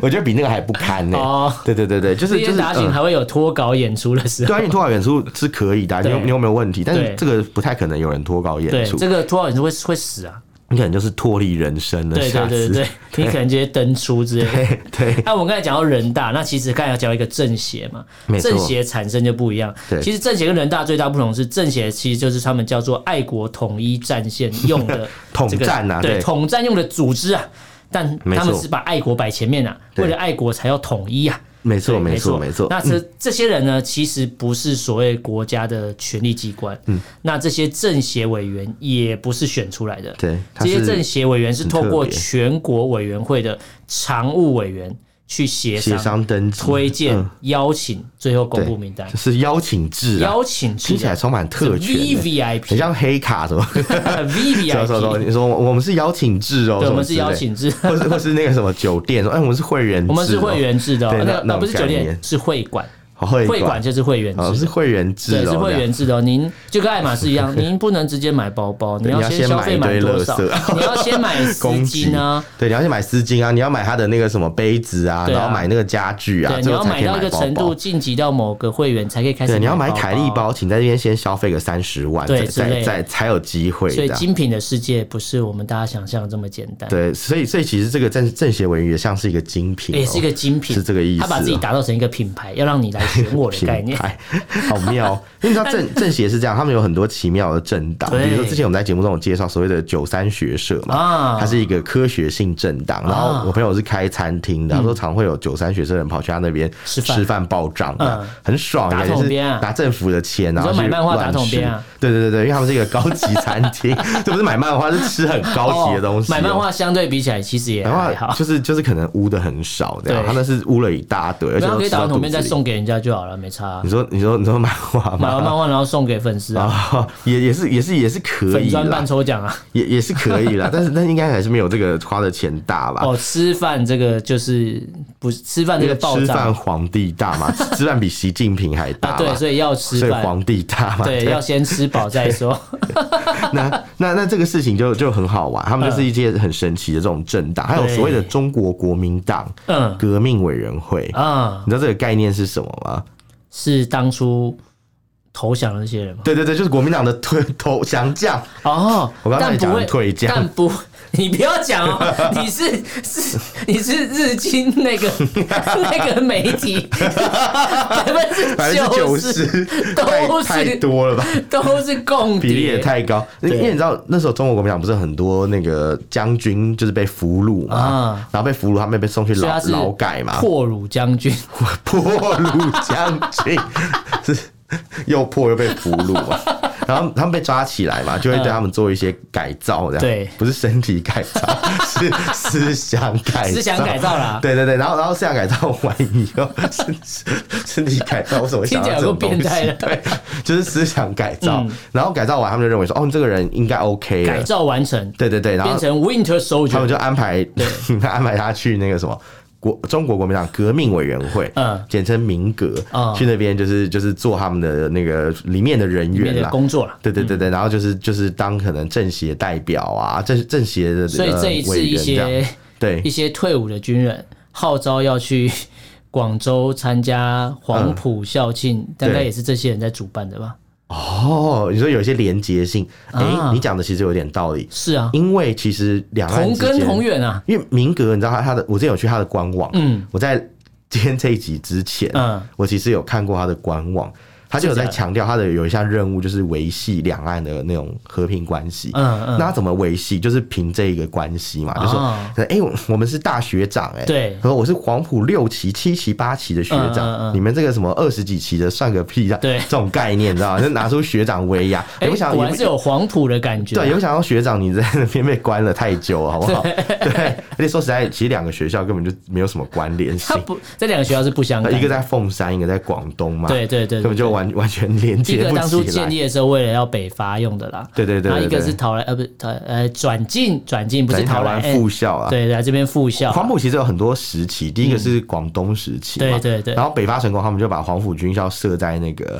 A: 我觉得比那个还不堪呢、
B: 哦
A: 对对对对，就是
B: 立
A: 就
B: 院
A: 是
B: 答
A: 嗯
B: 询还会有脱稿演出的时候
A: 对。啊，你脱稿演出是可以的啊，你有
B: 对
A: 你有没有问题？但
B: 对
A: 是这个不太可能有人脱稿演
B: 对，
A: 出，
B: 这个脱稿演出会会死啊！
A: 你可能就是脱离人生了。
B: 对对
A: 下
B: 对
A: 次
B: 对，你可能直接登出之类的。
A: 对 [LAUGHS] 对
B: [LAUGHS] 那我们刚才讲到人大，那其实刚才讲到一个政协嘛
A: 没，错
B: 政协产生就不一样。
A: 对
B: 其实政协跟人大最大不同是，政协其实就是他们叫做爱国统一战线用
A: [LAUGHS]
B: 的
A: 统
B: 这个
A: 战啊
B: 对
A: 对
B: 统战用的组织啊，但
A: 没
B: 他们
A: 错
B: 是把爱国摆前面啊，
A: 对
B: 为了爱国才要统一啊。
A: 没错
B: 对
A: 没错没错。嗯
B: 那这这些人呢，其实不是所谓国家的权力机关，嗯，那这些政协委员也不是选出来的，
A: 对他
B: 这些
A: 是
B: 政协委员是透过
A: 很特别
B: 全国委员会的常务委员去协
A: 协
B: 商、
A: 商登记
B: 推荐、
A: 嗯
B: 邀请，最后公布
A: 对
B: 名单
A: 就。是邀请制啊，
B: 邀请制
A: 听起来充满特权
B: ，V
A: 欸，
B: V I
A: 很
B: P，V
A: 像黑
B: [LAUGHS]
A: 卡什么。
B: V
A: 什
B: I
A: 么什么什么？
B: P，
A: 你说我们是邀请制哦，
B: 对，我们是
A: 什么之类
B: 邀，请制，
A: 或是或是那个什么酒店说，哎，我们是会员制哦，
B: 我们是会员制的哦，
A: 对那
B: 那那
A: 那
B: 不是
A: 种
B: 酒
A: 概
B: 店
A: 念，
B: 是会馆，
A: 哦会
B: 会馆就是会员
A: 哦
B: 制
A: 是。会员制
B: 对，
A: 哦，
B: 是会员制的哦。您就跟爱马仕一样，您不能直接买包
A: [LAUGHS]
B: 包，你要
A: 你要先
B: 消
A: 买
B: 费
A: 一
B: 满
A: 堆
B: 多
A: 垃
B: 少？[LAUGHS]
A: 圾
B: 你要先买丝
A: 攻击
B: 巾
A: [LAUGHS]
B: 啊，，
A: 对，你要去买丝巾啊，你要买他的那个什么杯子啊，
B: 对啊
A: 然后买那个家具啊，
B: 对，你
A: 最
B: 要
A: 后才可
B: 买
A: 以
B: 到一
A: 买
B: 个
A: 包
B: 程
A: 包
B: 度，。晋级到某个会员才可以开始。
A: 对，你要买凯利。
B: 哦
A: 包，请在这边先消费个三十万，
B: 对
A: 再
B: 之类
A: 再
B: 的
A: 再才有机会
B: 所
A: 这
B: 以
A: 样。
B: 精品的世界不是我们大家想象的这么简单，，
A: 对，所以所以其实这个政政协委员也像是一个精品、哦，
B: 哎也是一个精品，
A: 是这个意思哦
B: 他把自己打造成一个品牌，要让你来选我的
A: 品
B: 概念。
A: 牌， [LAUGHS] 好妙、哦。因为
B: [LAUGHS]
A: 你知道政政协是这样，他们有很多奇妙的政党，
B: 对
A: 比如说之前我们在节目中有介绍所谓的九三学社嘛，
B: 啊
A: 它是一个科学性政党。然后我朋友是开餐厅的，他说常会有九三学社人跑去他那边
B: 嗯吃
A: 吃
B: 饭
A: 饭报账啊
B: 嗯，
A: 很爽，
B: 打
A: 感觉
B: 桶
A: 是
B: 边啊
A: 拿政府的钱，然后
B: 你说买
A: 去
B: 漫画打
A: 乱
B: 桶
A: 吃
B: 边啊。
A: 对对对对，因为他们是一个高级餐
B: [LAUGHS]
A: 厅，这不是买漫画，是吃很高级的东西哦。
B: 买漫画相对比起来，其实也
A: 然
B: 还
A: 后
B: 好。
A: 就是就是可能污的很少，这样
B: 对
A: 他那是污了一大堆，而且
B: 然后
A: 都
B: 可以
A: 吃
B: 打
A: 到
B: 完
A: 肚
B: 桶边
A: 子
B: 再
A: 里。
B: 送给人家来就好了，没差
A: [LAUGHS]
B: 啊、
A: 你说你说你说漫画
B: 买完
A: 吗？
B: 漫画然后送给粉丝啊，
A: 啊，也也是也是也是 [LAUGHS] 可
B: 粉
A: 以
B: 专
A: 啦
B: 办，抽奖啊。
A: 也也是可以啦，但是但应该还是没有这个花的钱大吧？
B: 哦，吃饭这个就是不是吃饭这
A: 因
B: 个
A: 为
B: 暴
A: 吃
B: 涨
A: 饭皇帝大
B: [LAUGHS]
A: 嘛，吃饭比习近平还大
B: 啊，
A: 嘛，
B: 对，所以要吃
A: 所以
B: 饭，
A: 皇帝大嘛，
B: 对，要先吃饱再说。
A: [LAUGHS] 那那那这个事情就就很好玩，他们就是一些很神奇的这种政党，还有所谓的中国国民党
B: 嗯
A: 革命委员会，
B: 啊，
A: 你知道这个概念是什么吗？
B: 是当初投降的那些人吗？
A: 对对对，就是国民党的退投降将，
B: 哦，
A: 我刚才
B: 但不
A: 讲
B: 会
A: 退将
B: 但不，你不要讲
A: [LAUGHS]
B: 哦，你是是你是日经那个那个媒体，百
A: 百
B: 分
A: 分之
B: 之
A: 九
B: 九
A: 十
B: 十，
A: 太
B: 都
A: 太
B: 是
A: 多了吧？
B: 都是共谍，
A: 比例也太高，因为
B: 对
A: 因为你知道那时候中国国民党不是很多那个将军就是被俘虏嘛，
B: 啊
A: 然后被俘虏，他们被送去
B: 所以
A: 劳
B: 他是
A: 劳改嘛，
B: 破虏将军，
A: [LAUGHS] 破虏将军是又破又被俘虏嘛。然后他们被抓起来嘛，就会对他们做一些改造，这样、
B: 嗯对
A: 不是身体改造，是思想改造，
B: 思想改造啦
A: 对对对，然后然后思想改造完以后，身身体改造，我怎么会想到这种东
B: 听起来
A: 西
B: 有？
A: 对，就是思想改造，
B: 嗯
A: 然后改造完，他们就认为说，哦，你这个人应该 OK
B: 改
A: 了，
B: 造完成，
A: 对对对，然后
B: 变成 Winter
A: 他
B: Soldier，
A: 们就安排 [LAUGHS] 安排他去那个什么。国中国国民党革命委员会，
B: 嗯
A: 简称民革，
B: 嗯
A: 去那边就是就是做他们的那个里面的人
B: 里面
A: 员
B: 的
A: 啦，
B: 工作了。嗯
A: 对对对对，然后就是就是当可能政协代表啊，政政协的，
B: 所以这一
A: 呃
B: 次
A: 委
B: 一
A: 员这样
B: 些
A: 对
B: 一些退伍的军人号召要去 [LAUGHS] 广州参加黄埔校庆，大概
A: 嗯对
B: 也是这些人在主办的吧？
A: 哦，你说有一些连结性，哎、
B: 啊
A: 你讲的其实有点道理，
B: 是啊，
A: 因为其实两岸
B: 同
A: 之
B: 根
A: 间
B: 同源啊。
A: 因为民革，你知道他他的，我之前有去他的官网，
B: 嗯，
A: 我在今天这一集之前，
B: 嗯啊
A: 我其实有看过他的官网，他就有在强调他的有一项任务就是维系两岸的那种和平关系。
B: 嗯嗯
A: 那他怎么维系？就是凭这一个关系嘛，就说，
B: 啊
A: 哎、我我们是大学长、哎，
B: 对
A: 他说我是黄埔六期、七期、八期的学长，
B: 嗯嗯嗯
A: 你们这个什么二十几期的算个屁啊！
B: 对
A: 这种概念，你知道吗？就拿出学长威亚，
B: [LAUGHS]
A: 哎
B: 哎、
A: 我想
B: 果
A: 也
B: 然
A: 不
B: 是有黄埔的感觉、啊
A: 对，也不想让学长你在那边被关了太久了，好不
B: [LAUGHS]
A: 好？对，而且说实在，其实两个学校根本就没有什么关联
B: 他
A: 性，
B: 不，这两个学校是不相干的。
A: 啊一个在凤山，一个在广东嘛，
B: 对对对
A: 根本
B: 对，
A: 就完 [LAUGHS] 完全连
B: 一
A: 接
B: 个当初
A: 不起
B: 建
A: 来。
B: 立的时候为了要北伐用的啦。
A: 对对对
B: 然后
A: 对
B: 一个是
A: 对，
B: 逃来呃不是逃呃转进转进不是
A: 在台
B: 逃来
A: 湾
B: 哎
A: 附校啊。
B: 对来这边复校
A: 黄埔其实有很多时期，第一个是广东时期
B: 对
A: 嘛，
B: 对对
A: 然后北伐成功，他们就把黄埔军校设在那个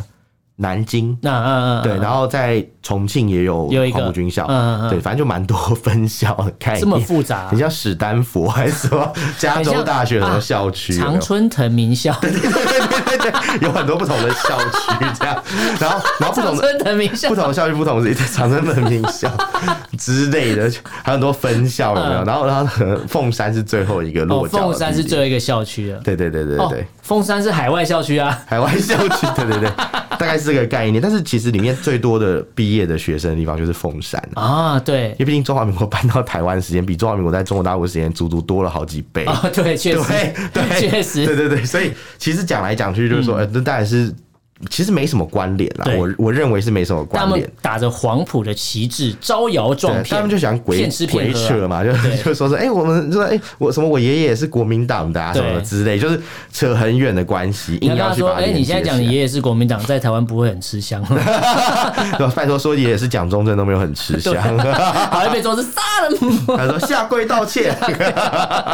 A: 南京，
B: 那嗯嗯
A: 对，然后在重庆也有
B: 有一个
A: 黄埔军校，
B: 嗯嗯嗯
A: 对，反正就蛮多分校的概念。
B: 这么复杂、啊
A: 很像史丹佛还是什么加州大学什么校区，有没
B: 常
A: 有
B: 啊春藤名校，
A: 对 [LAUGHS] 对对对对，有很多不同的校区这样，然后然后不
B: 常
A: 同的。
B: 春藤名校
A: 不，同的校区、不同的长春门名校之类的，还有很多分校有没有？然后，然后呃凤山是最后一个落
B: 嗯哦，
A: 脚的地点、
B: 凤山是最后一个校区了。
A: 对对对对对对，
B: 哦，凤山是海外校区
A: [LAUGHS]
B: 啊。
A: 海湾校区，对对对，大概是这个概念。但是其实里面最多的毕业的学生的地方就是凤山啊
B: 啊，对
A: 因，为毕竟中华民国搬到台湾的时间比中华民国在中国大陆的时间足足多了好几倍。
B: 啊，对，确实
A: 对，
B: [LAUGHS]
A: 对，
B: 确
A: 对
B: 实，嗯
A: 对对，所以其实讲来讲去就是说，呃，那当然是其实没什么关联啦，
B: 对
A: 我我认为是没什么
B: 他
A: 关联
B: 们。打着黄埔的旗帜招摇撞
A: 对，
B: 骗，
A: 他们就喜欢鬼
B: 骗吃
A: 鬼
B: 骗喝
A: 扯
B: 啊。
A: 嘛，就
B: 对
A: 就说是哎、我们说哎、我什么我爷爷也是国民党的啊，什
B: 对
A: 么之类，就是扯很远的关系，
B: 你要
A: 硬
B: 跟
A: 要
B: 他
A: 去啊
B: 说，
A: 把它
B: 哎，
A: 连
B: 你现在
A: 接
B: 讲
A: 起
B: 你
A: 来
B: 爷爷是国民党，在台湾不会很吃香， [LAUGHS] 好
A: [LAUGHS] 对吧拜托说爷爷是蒋中正都没有很
B: [LAUGHS]
A: 吃香，
B: 像被说是杀人
A: 他说下跪道歉，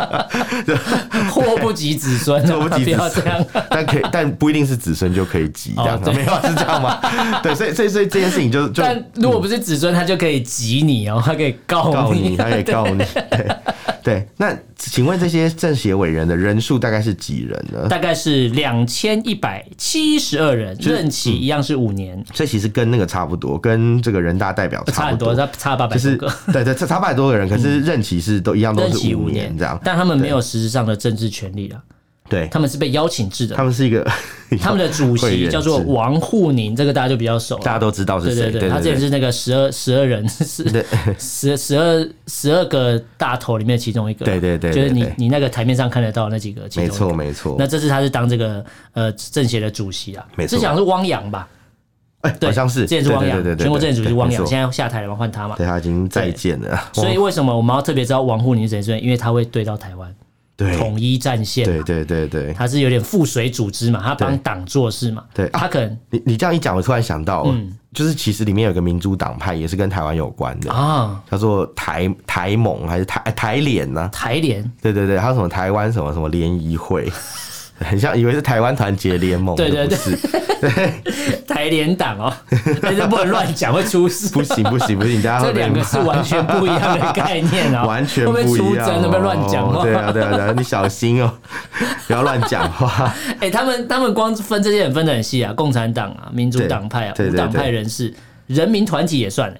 A: [LAUGHS]
B: 祸不及子孙啊，
A: [LAUGHS] 做不及
B: 不
A: 子
B: 要这样
A: 孙，但可以，但不一定是子孙就可以急这样
B: 哦，对
A: 没有是这样吗？对，所以所以所以这件事情就嗯就
B: 但如果不是子孙，他就可以挤你哦，他可以告
A: 告你，
B: 你。 [LAUGHS]
A: 他可以告你。对对，那请问这些政协委员的人数大概是几人呢？
B: 大概是两千一百七十二人，任期
A: 嗯
B: 一样是五年，
A: 所以其实跟那个差不多，跟这个人大代表
B: 差
A: 差
B: 很
A: 不
B: 多，差差八百
A: 就是
B: 多个。嗯
A: 对对，差差百多个人，可是任期是都一样，都
B: 任期
A: 是
B: 五
A: 五
B: 年
A: 年这样。
B: 但他们没有实质上的政治权利了，啊
A: 对，
B: 他们是被邀请制的
A: 他。们是一个
B: 他们的主
A: 会员
B: 席
A: 制
B: 叫做王沪宁，这个大家就比较熟
A: [LAUGHS] 大家
B: 了。
A: 都知道是
B: 对
A: 谁，
B: 对
A: 对
B: 对，他之前是那个十二十二人是
A: 对
B: 十十二十二个大头里面其中一个，啊
A: 对对对对
B: 就是你
A: 对
B: 你那个台面上看得到那几个，其中一
A: [LAUGHS] 没
B: 个
A: 错没错
B: 那。这次他是当这个呃政协的主席啊，
A: 没错
B: 之前是汪洋吧？
A: 哎，
B: 对，
A: 好像是
B: 之前是汪洋
A: 对对对，对，
B: 全国政协主席
A: 对
B: 汪
A: 没
B: 洋，
A: 错
B: 现在下台了嘛，换他嘛。
A: 对他已经再见了，哦
B: 所以为什么我们要特别知道王沪宁是谁？因为他会对到台湾，
A: 对
B: 统一战线
A: 对
B: 嘛，
A: 对对对
B: 它是有点附随组织嘛，它帮
A: 对
B: 党做事嘛，
A: 对啊
B: 它可能
A: 你你这样一讲，我突然想到，
B: 嗯
A: 就是其实里面有个民主党派也是跟台湾有关的，
B: 啊
A: 叫做台台盟还是台哎台联呢、
B: 台联， [LAUGHS]
A: 对对对，还有什么台湾什么什么联谊会， [LAUGHS] 很像以为是台湾团结联盟，
B: 对对
A: 不是，
B: 台联党哦，但是不能乱讲，会出事。
A: 不行不行不行，大家
B: 这
A: 会被
B: 两个
A: 骂
B: 是完全不一样的概念哦，
A: [LAUGHS] 完全不
B: 会不会
A: 一
B: 出
A: 样、
B: 征？会不会乱讲话？
A: 哦对啊对啊对啊，你小心哦、 [LAUGHS] 不要乱讲话。
B: 哎、他们他们光分这些人分得很细啊，共产党啊、民主党派啊、
A: 对对
B: 无
A: 对
B: 党派人士、人民团体也算、
A: 哦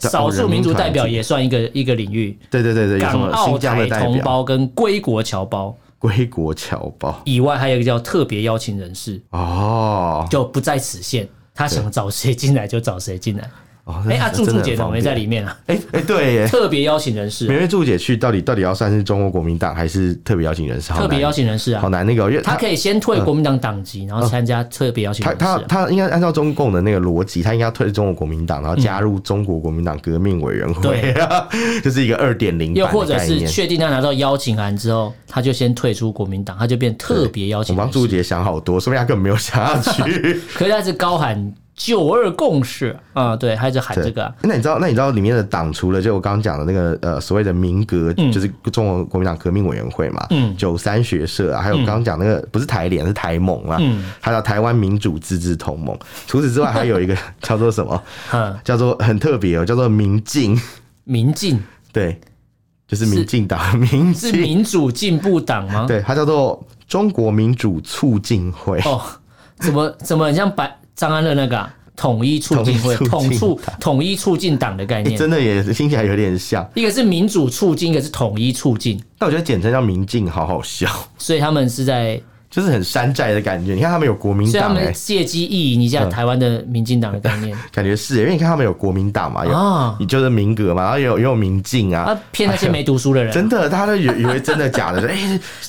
B: 少数民族代表
A: 人民团体
B: 也算一个一个领域。
A: 对对对对，有什
B: 港
A: 么
B: 澳
A: 新疆
B: 台
A: 的代
B: 同
A: 表、
B: 胞跟归国侨胞
A: 归国侨胞
B: 以外，还有一个叫特别邀请人士，
A: 哦
B: 就不在此限，他想找谁进来就找谁进来。
A: 哦，
B: 哎、啊，
A: 住
B: 祝祝姐怎么没在
A: 里？
B: 里面啊？
A: 哎哎、对耶，
B: 特别邀请人士啊、
A: 美瑞祝姐去到底到底要算是中国国民党还是特别邀请人士？好
B: 特别
A: 难
B: 邀请人士
A: 好
B: 啊，
A: 难那个哦，因为
B: 他
A: 他
B: 可以先退国民党党籍，然后参加特别邀请
A: 他
B: 人士、
A: 他
B: 啊。
A: 他应该按照中共的那个逻辑，他应该要退中国国民党，然后加入中国国民党革命委员会，啊 [LAUGHS] 就是一个二点零
B: 又
A: 版
B: 或
A: 的
B: 者
A: 概
B: 是
A: 念。
B: 确定他拿到邀请函之后，他就先退出国民党，他就变特别邀
A: 我
B: 请
A: 帮
B: 人士。
A: 祝姐想好多，说明他根本没有想
B: [LAUGHS]
A: 要去。
B: 可是他是高喊“九二共识”啊、对，他就喊
A: 对
B: 这个啊、
A: 那你知道，那你知道里面的党除了就我刚刚讲的那个呃所谓的民革，就是中国国民党革命委员会嘛，
B: 嗯
A: 九三学社啊，还有刚刚讲那个不是台联是台盟啦，
B: 嗯
A: 还有台湾民主自治同盟。除此之外，还有一个 [LAUGHS] 叫做什么？
B: 嗯，
A: 叫做很特别哦，叫做民进，
B: 民进
A: 对，就是民进党，民
B: 是
A: 进，
B: 民主进步党吗？
A: [LAUGHS] 对，它叫做中国民主促进会。 [LAUGHS]
B: 哦，怎么怎么很像白张安乐那个啊、统一促进会、
A: 统
B: 统
A: 一促进
B: 促统一促进党的概
A: 诶
B: 念？
A: 欸真的也听起来有点像，
B: 一个是民主促进，一个是统一促进，
A: 但我觉得简称叫民进，好好笑， [LAUGHS]
B: 所以他们是在，
A: 就是很山寨的感觉。你看他们有国民
B: 所以他
A: 党、欸，
B: 们借机意淫一下台湾的民进党的概念
A: 感觉是耶，因为你看他们有国民党嘛，有、
B: 啊
A: 就是民革嘛，然后也有也有民进啊。
B: 啊，骗那些没读书的人啊。
A: 真的，大家都以
B: [LAUGHS]
A: 以为真的假的，就哎、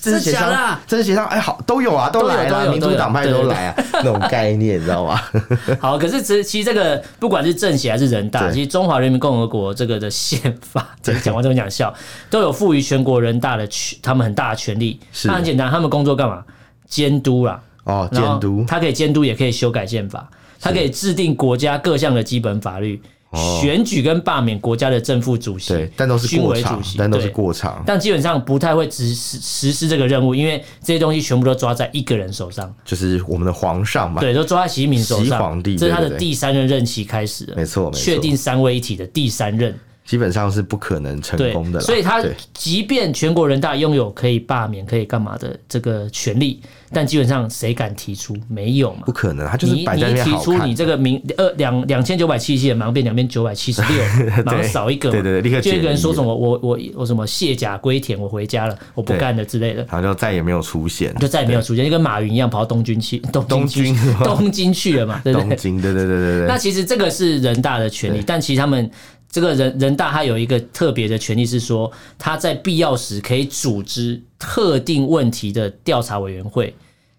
A: 这是协
B: 真的假的
A: 商
B: 啊，
A: 这是协商，哎、好，都有啊，
B: 都有
A: 来
B: 都
A: 啦，
B: 有
A: 民主
B: 都有
A: 党派
B: 对
A: 都
B: 对对
A: 来啊，那种概念，你知道吗？ [LAUGHS]
B: 好，可是 [LAUGHS] 其其实这个不管是政协还是人大，
A: 对
B: 其实中华人民共和国这个的宪法，这个讲完这么讲笑，都有赋予全国人大的权，他们很大的权利。
A: 是
B: 那很简单，他们工作干嘛？监督啦，
A: 哦，
B: 然后
A: 监督，
B: 他可以监督，也可以修改宪法，他可以制定国家各项的基本法律，
A: 哦
B: 选举跟罢免国家的正副主席
A: 对，，但都是
B: 军
A: 过
B: 委主
A: 场
B: 席，，
A: 但都是
B: 对
A: 过场，
B: 但基本上不太会实施实施这个任务，因为这些东西全部都抓在一个人手上。
A: 就是我们的皇上嘛，
B: 对，都抓在习近平手
A: 习
B: 上。
A: 皇帝
B: 这是他
A: 对
B: 的
A: 对对
B: 第三任任期开始了，
A: 没错没错
B: 确定三位一体的第三任，
A: 基本上是不可能成
B: 对
A: 功的，啦。
B: 所以他
A: 对
B: 即便全国人大拥有可以罢免、可以干嘛的这个权利，但基本上谁敢提出？没有嘛
A: 不。可能，他就
B: 你
A: 是摆
B: 你
A: 在
B: 一
A: 那边
B: 提
A: 好
B: 出
A: 看
B: 你。这个名二两两千九百七十七的盲变，两边九百七十
A: [LAUGHS]
B: 六，马上少一个嘛，
A: 对对对立刻
B: 就一个人
A: 减一
B: 说什么我我我什么卸甲归田，我回家了，我不
A: 对
B: 干了之类的。
A: 然后就再也没有出现，
B: 就再也没有出现，就跟马云一样跑到东京去，东
A: 东
B: 京
A: 京
B: 去，东京去了嘛，对不
A: 东
B: 对？
A: 京，对对对对
B: 那
A: 对，
B: 其实这个是人大的权利
A: 对，
B: 但其实他们这个人人大他有一个特别的权利是说，他在必要时可以组织特定问题的调查委员会。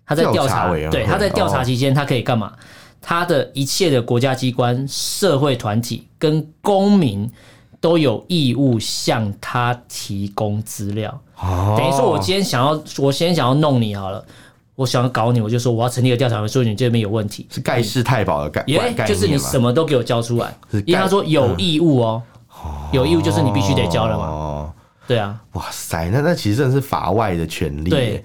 B: 他在调
A: 调
B: 查
A: 查委员，会
B: 对，他在调查
A: 哦
B: 期间，他可以干嘛？他的一切的国家机关、社会团体跟公民都有义务向他提供资料。
A: 哦
B: 等于说，我今天想要，我今天想要弄你好了，我想要搞你，我就说我要成立一个调查委员会，说你这边有问题。
A: 是盖世太保的概
B: 也哎
A: 概
B: 就是你
A: 念嘛，
B: 什么都给我交出来
A: 是，嗯
B: 因为
A: 盖
B: 他说有义务哦，有义务就是你必须得交了嘛，
A: 哦
B: 对啊，
A: 哇塞，那那其实真的是法外的权利
B: 对
A: 耶。，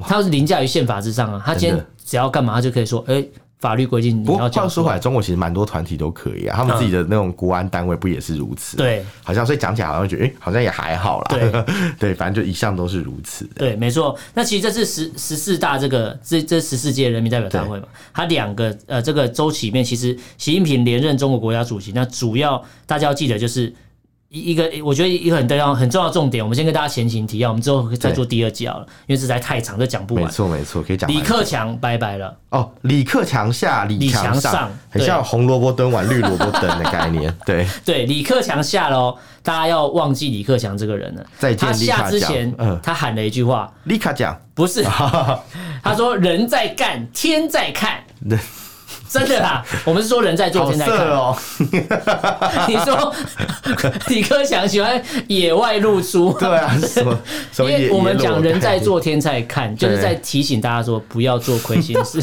B: 他是凌驾于宪法之上啊，他今
A: 真
B: 天
A: 的
B: 只要干嘛，他就可以说，哎，法律规定你
A: 不
B: 要
A: 过
B: 交
A: 话
B: 出
A: 说
B: 来，
A: 回来，中国其实蛮多团体都可以啊，他们自己的那种国安单位不也是如此？，
B: 对
A: 好像所以讲起来好像觉得，哎、好像也还好啦。
B: 对
A: [LAUGHS] 对，反正就一向都是如此的。
B: 对，没错。那其实这是十十四大这个这这十四届人民代表大会嘛，它两个呃这个周期里面，其实习近平连任中国国家主席，那主要大家要记得就是。一一个，我觉得一个很重要、很重要的重点，我们先跟大家前情提要，我们之后再做第二季好了，因为这实在太长，这讲不
A: 没
B: 完。
A: 错，没错，可以讲完。
B: 李克强拜拜了，
A: 哦，李克强下，李
B: 强
A: 强
B: 上
A: 很
B: 对
A: 像红萝卜蹲碗绿萝卜蹲的概
B: [LAUGHS]
A: 念。对，
B: 对，李克强下喽，大家要忘记李克强这个人了。
A: 再见
B: 他
A: 李
B: 下
A: 克
B: 之
A: 强
B: 前，
A: 嗯啊
B: 他喊了一句话，
A: 李克强，
B: 不是，他说人在干，天在看。真的啦，我们是说人在做
A: [LAUGHS] 好
B: 天在看。
A: 色哦，
B: 你说 [LAUGHS] 李克强喜欢野外露出，
A: [LAUGHS] 对啊，什
B: [LAUGHS]
A: 么什
B: 因
A: 么野
B: 为
A: 啊
B: 我们讲人在，
A: 野裸
B: 做天在看，就是在提醒大家说不要做亏心
A: [LAUGHS]
B: 事。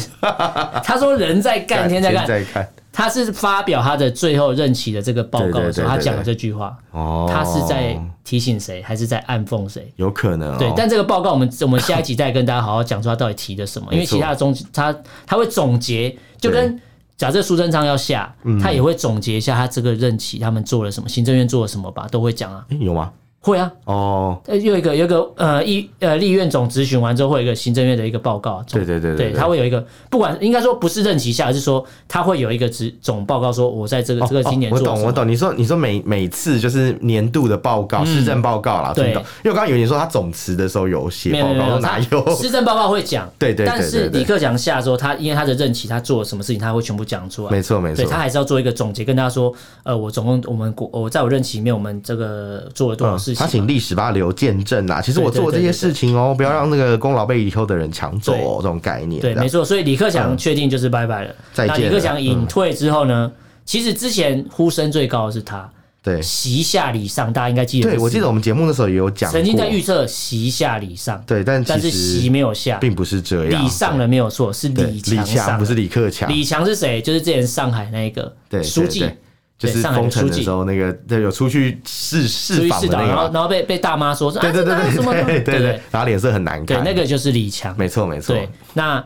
B: 他说人在干
A: 干
B: 天在
A: 天
B: 看，
A: 在看，
B: 他是发表他的最后任期的这个报告的时
A: 对对对对
B: 候，他
A: 对
B: 讲了这句话，
A: 哦，
B: [LAUGHS] 他是在提醒谁，还是在暗讽谁？
A: 有可能哦，
B: 对，但这个报告我
A: [LAUGHS]
B: 们我们下一集再跟大家好好讲出他到底提的什么，因为
A: 没错
B: 其他的中他他会总结，就跟假设苏贞昌要下，他也会总结一下他这个任期他们做了什么，行政院做了什么吧，都会讲啊，
A: 诶有吗？
B: 会啊。
A: 哦，
B: 呃，有一个有一个呃议呃立院总咨询完之后，会有一个行政院的一个报告啊，总
A: 对对对
B: 对，
A: 对，
B: 他会有一个不管应该说不是任期下，而是说他会有一个执总报告，说我在这个、
A: 哦
B: 这个今年
A: 哦
B: 做
A: 我
B: 了
A: 懂
B: 什么嗯
A: 我懂，你说你说每每次就是年度的报告，市政报告啦，
B: 对
A: 听懂？因为我刚刚有你说他总辞的时候有
B: 没
A: 写
B: 有
A: 报
B: 没有
A: 告，
B: 没
A: 我
B: 有，
A: 哪
B: 他
A: 有？
B: 施政报告会讲，
A: 对对对对
B: 但是
A: 对
B: 李克强下之后，他因为他的任期，他做了什么事情，他会全部讲出来。
A: [LAUGHS] 没错没错
B: 对他还是要做一个总结，跟大家说，呃，我总共我们国我在我任期里面，我们这个做了多少事情
A: 嗯他
B: 嘛。
A: 请历史把它留见证啊！其实我
B: 对对
A: 做这
B: 对
A: 些
B: 对
A: 事情哦，不要让那个功劳被以后的人抢走哦，这种概念。
B: 对，
A: 这样
B: 没错。所以李克强确定就是拜拜了。
A: 嗯再见
B: 那李
A: 了
B: 克强隐退之后呢？其实之前呼声最高的是他，
A: 对
B: 席下礼上，大家应该记得这
A: 对，
B: 事。
A: 我记得我们节目那时候也有讲过，
B: 曾经在预测席下礼上，
A: 对，但
B: 但
A: 其
B: 是席
A: 实
B: 没有下，
A: 并不是这样。
B: 礼上了没有错，是
A: 对，
B: 李
A: 李
B: 强上
A: 强
B: 了，
A: 不是李克强，
B: 李强是谁？就是之前上海那个
A: 对对
B: 书记
A: 对，就是
B: 上海
A: 封
B: 的
A: 城
B: 书
A: 的
B: 记
A: 时候那个对有出去试
B: 出
A: 试
B: 去
A: 访
B: 市
A: 的
B: 长，然
A: 那
B: 后
A: 个嘛，
B: 然后被被大妈说，
A: 对对对
B: 啊这
A: 对
B: 什
A: [LAUGHS]
B: 么
A: 对
B: 的
A: 对对
B: 对
A: 对，然后脸色很难
B: 对
A: 看，
B: 那个就是李强。
A: 没错没错，
B: 对，那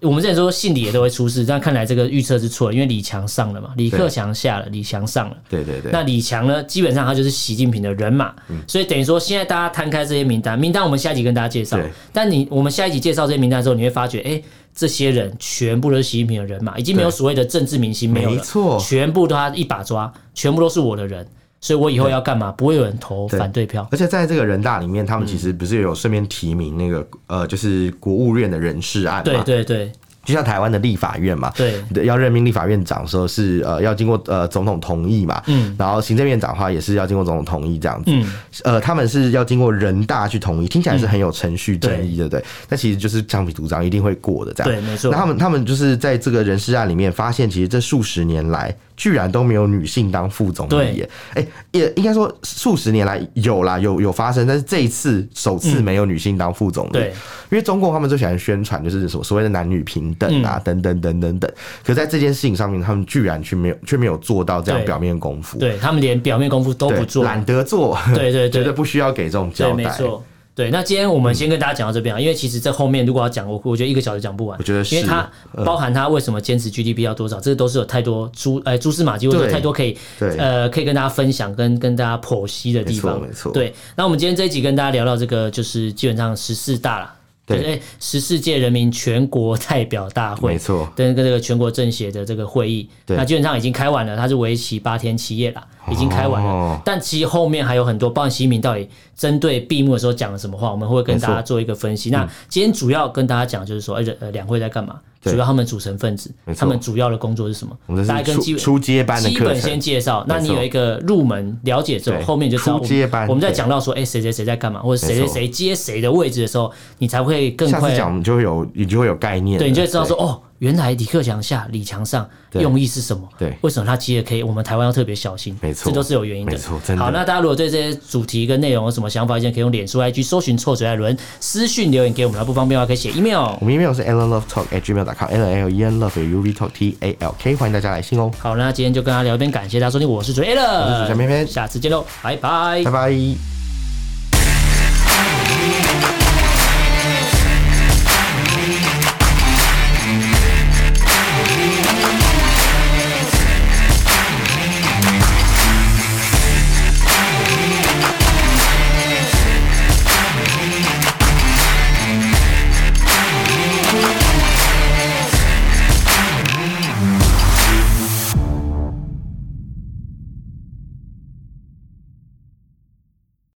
B: 我们之前说姓李也都会出事，但看来这个预测是错的，因为李强上了嘛，李克强下了，李强上了。
A: 对对嗯对
B: 那，李强呢，基本上他就是习近平的人马，所以等于说现在大家摊开这些名单，名单我们下一集跟大家介绍
A: 对。
B: 但你我们下一集介绍这些名单的时候，你会发觉，哎、这些人全部都是习近平的人马，已经没有
A: 对
B: 所谓的政治明星，没有
A: 没
B: 了，
A: 错，
B: 全部都他一把抓，全部都是我的人，所以我以后要干嘛，不会有人投
A: 对
B: 反对票。
A: 而且在这个人大里面，他们
B: 嗯
A: 其实不是有顺便提名那个呃，就是国务院的人事案
B: 对
A: 嘛，
B: 对对
A: 就像台湾的立法院嘛，
B: 对
A: 对，要任命立法院长的时候是呃要经过呃总统同意嘛，嗯，然后行政院长的话也是要经过总统同意这样子，
B: 嗯，
A: 呃，他们是要经过人大去同意，听起来是很有程序正义，对不对？但其实就是橡皮图章一定会过的这样，
B: 对没错
A: 那他们他们就是在这个人事案里面发现，其实这数十年来居然都没有女性当副总
B: 对
A: 理耶，哎、也应该说数十年来有啦，有有发生，但是这一次首次没有女性当副总理，
B: 对
A: 因为中共他们最喜欢宣传就是所所谓的男女平等
B: 嗯
A: 啊，等等等等等。可在这件事情上面，他们居然却没有却没有做到这样
B: 对
A: 表面功夫，
B: 对，他们连表面功夫都
A: 对
B: 不做，
A: 懒得做，
B: 对对对
A: 觉得不需要给这种
B: 对，
A: 交
B: 没
A: 代。嗯
B: 错。对，那今天我们先跟大家讲到这边啊，因为其实这后面如果要讲，我我觉得一个小时讲不完。
A: 我觉得是呃
B: 因为它包含它为什么坚持 GDP 要多少，这个都是有太多蛛呃蛛丝马迹，或者
A: 对
B: 太多可以
A: 对
B: 呃可以跟大家分享、跟跟大家剖析的地方。
A: 没错没错
B: 对，那我们今天这一集跟大家聊到这个，就是基本上十四大啦，
A: 对
B: 就是，哎十四届人民全国代表大会，
A: 没错
B: 跟跟这个全国政协的这个会议，
A: 对
B: 那基本上已经开完了，它是为期八天七夜啦，已经开完了。
A: 哦
B: 但其实后面还有很多，包括习近平到底针对闭幕的时候讲了什么话，我们会跟大
A: 没
B: 家
A: 错嗯
B: 做一个分析。那今天主要跟大家讲就是说，哎、呃，两会在干嘛？
A: 对
B: 主要他们组成分子
A: 没，错
B: 他们主要的工作是什么
A: 我们？
B: 大
A: 这
B: 概
A: 是
B: 跟基
A: 初
B: 本
A: 初阶班的
B: 基
A: 课
B: 本先
A: 程，
B: 介绍，那你有一个入门了解之后，
A: 对
B: 后面就知道我
A: 初阶班
B: 们我们在
A: 对
B: 讲到说，哎，谁谁谁在干嘛，或者谁
A: 没
B: 谁
A: 错
B: 谁接谁的位置的时候，你才会更
A: 下次
B: 快
A: 讲我们就会有你就会有概念了，
B: 对，你就会知道说哦，原来李克强下、李强上
A: 对
B: 用意是什么？
A: 对
B: 为什么他接了 K？我们台湾要特别小心，
A: 没错
B: 这都是有原因的。
A: 没错真的
B: 好，那大家如果对这些主题跟内容有什么想法、意见，可以用脸书、IG 搜寻“臭嘴艾伦”，私讯留言给我们，不方便的话可以写 email
A: 我。们 email 是 allenlovetalk@gmail.com，l l e n love u v talk t a l k，欢迎大家来信哦，
B: 好，那今天就跟大家聊天，感谢大家收听，我是主持人 a l
A: 我是主持人偏偏
B: 下次见喽，拜拜
A: 拜拜。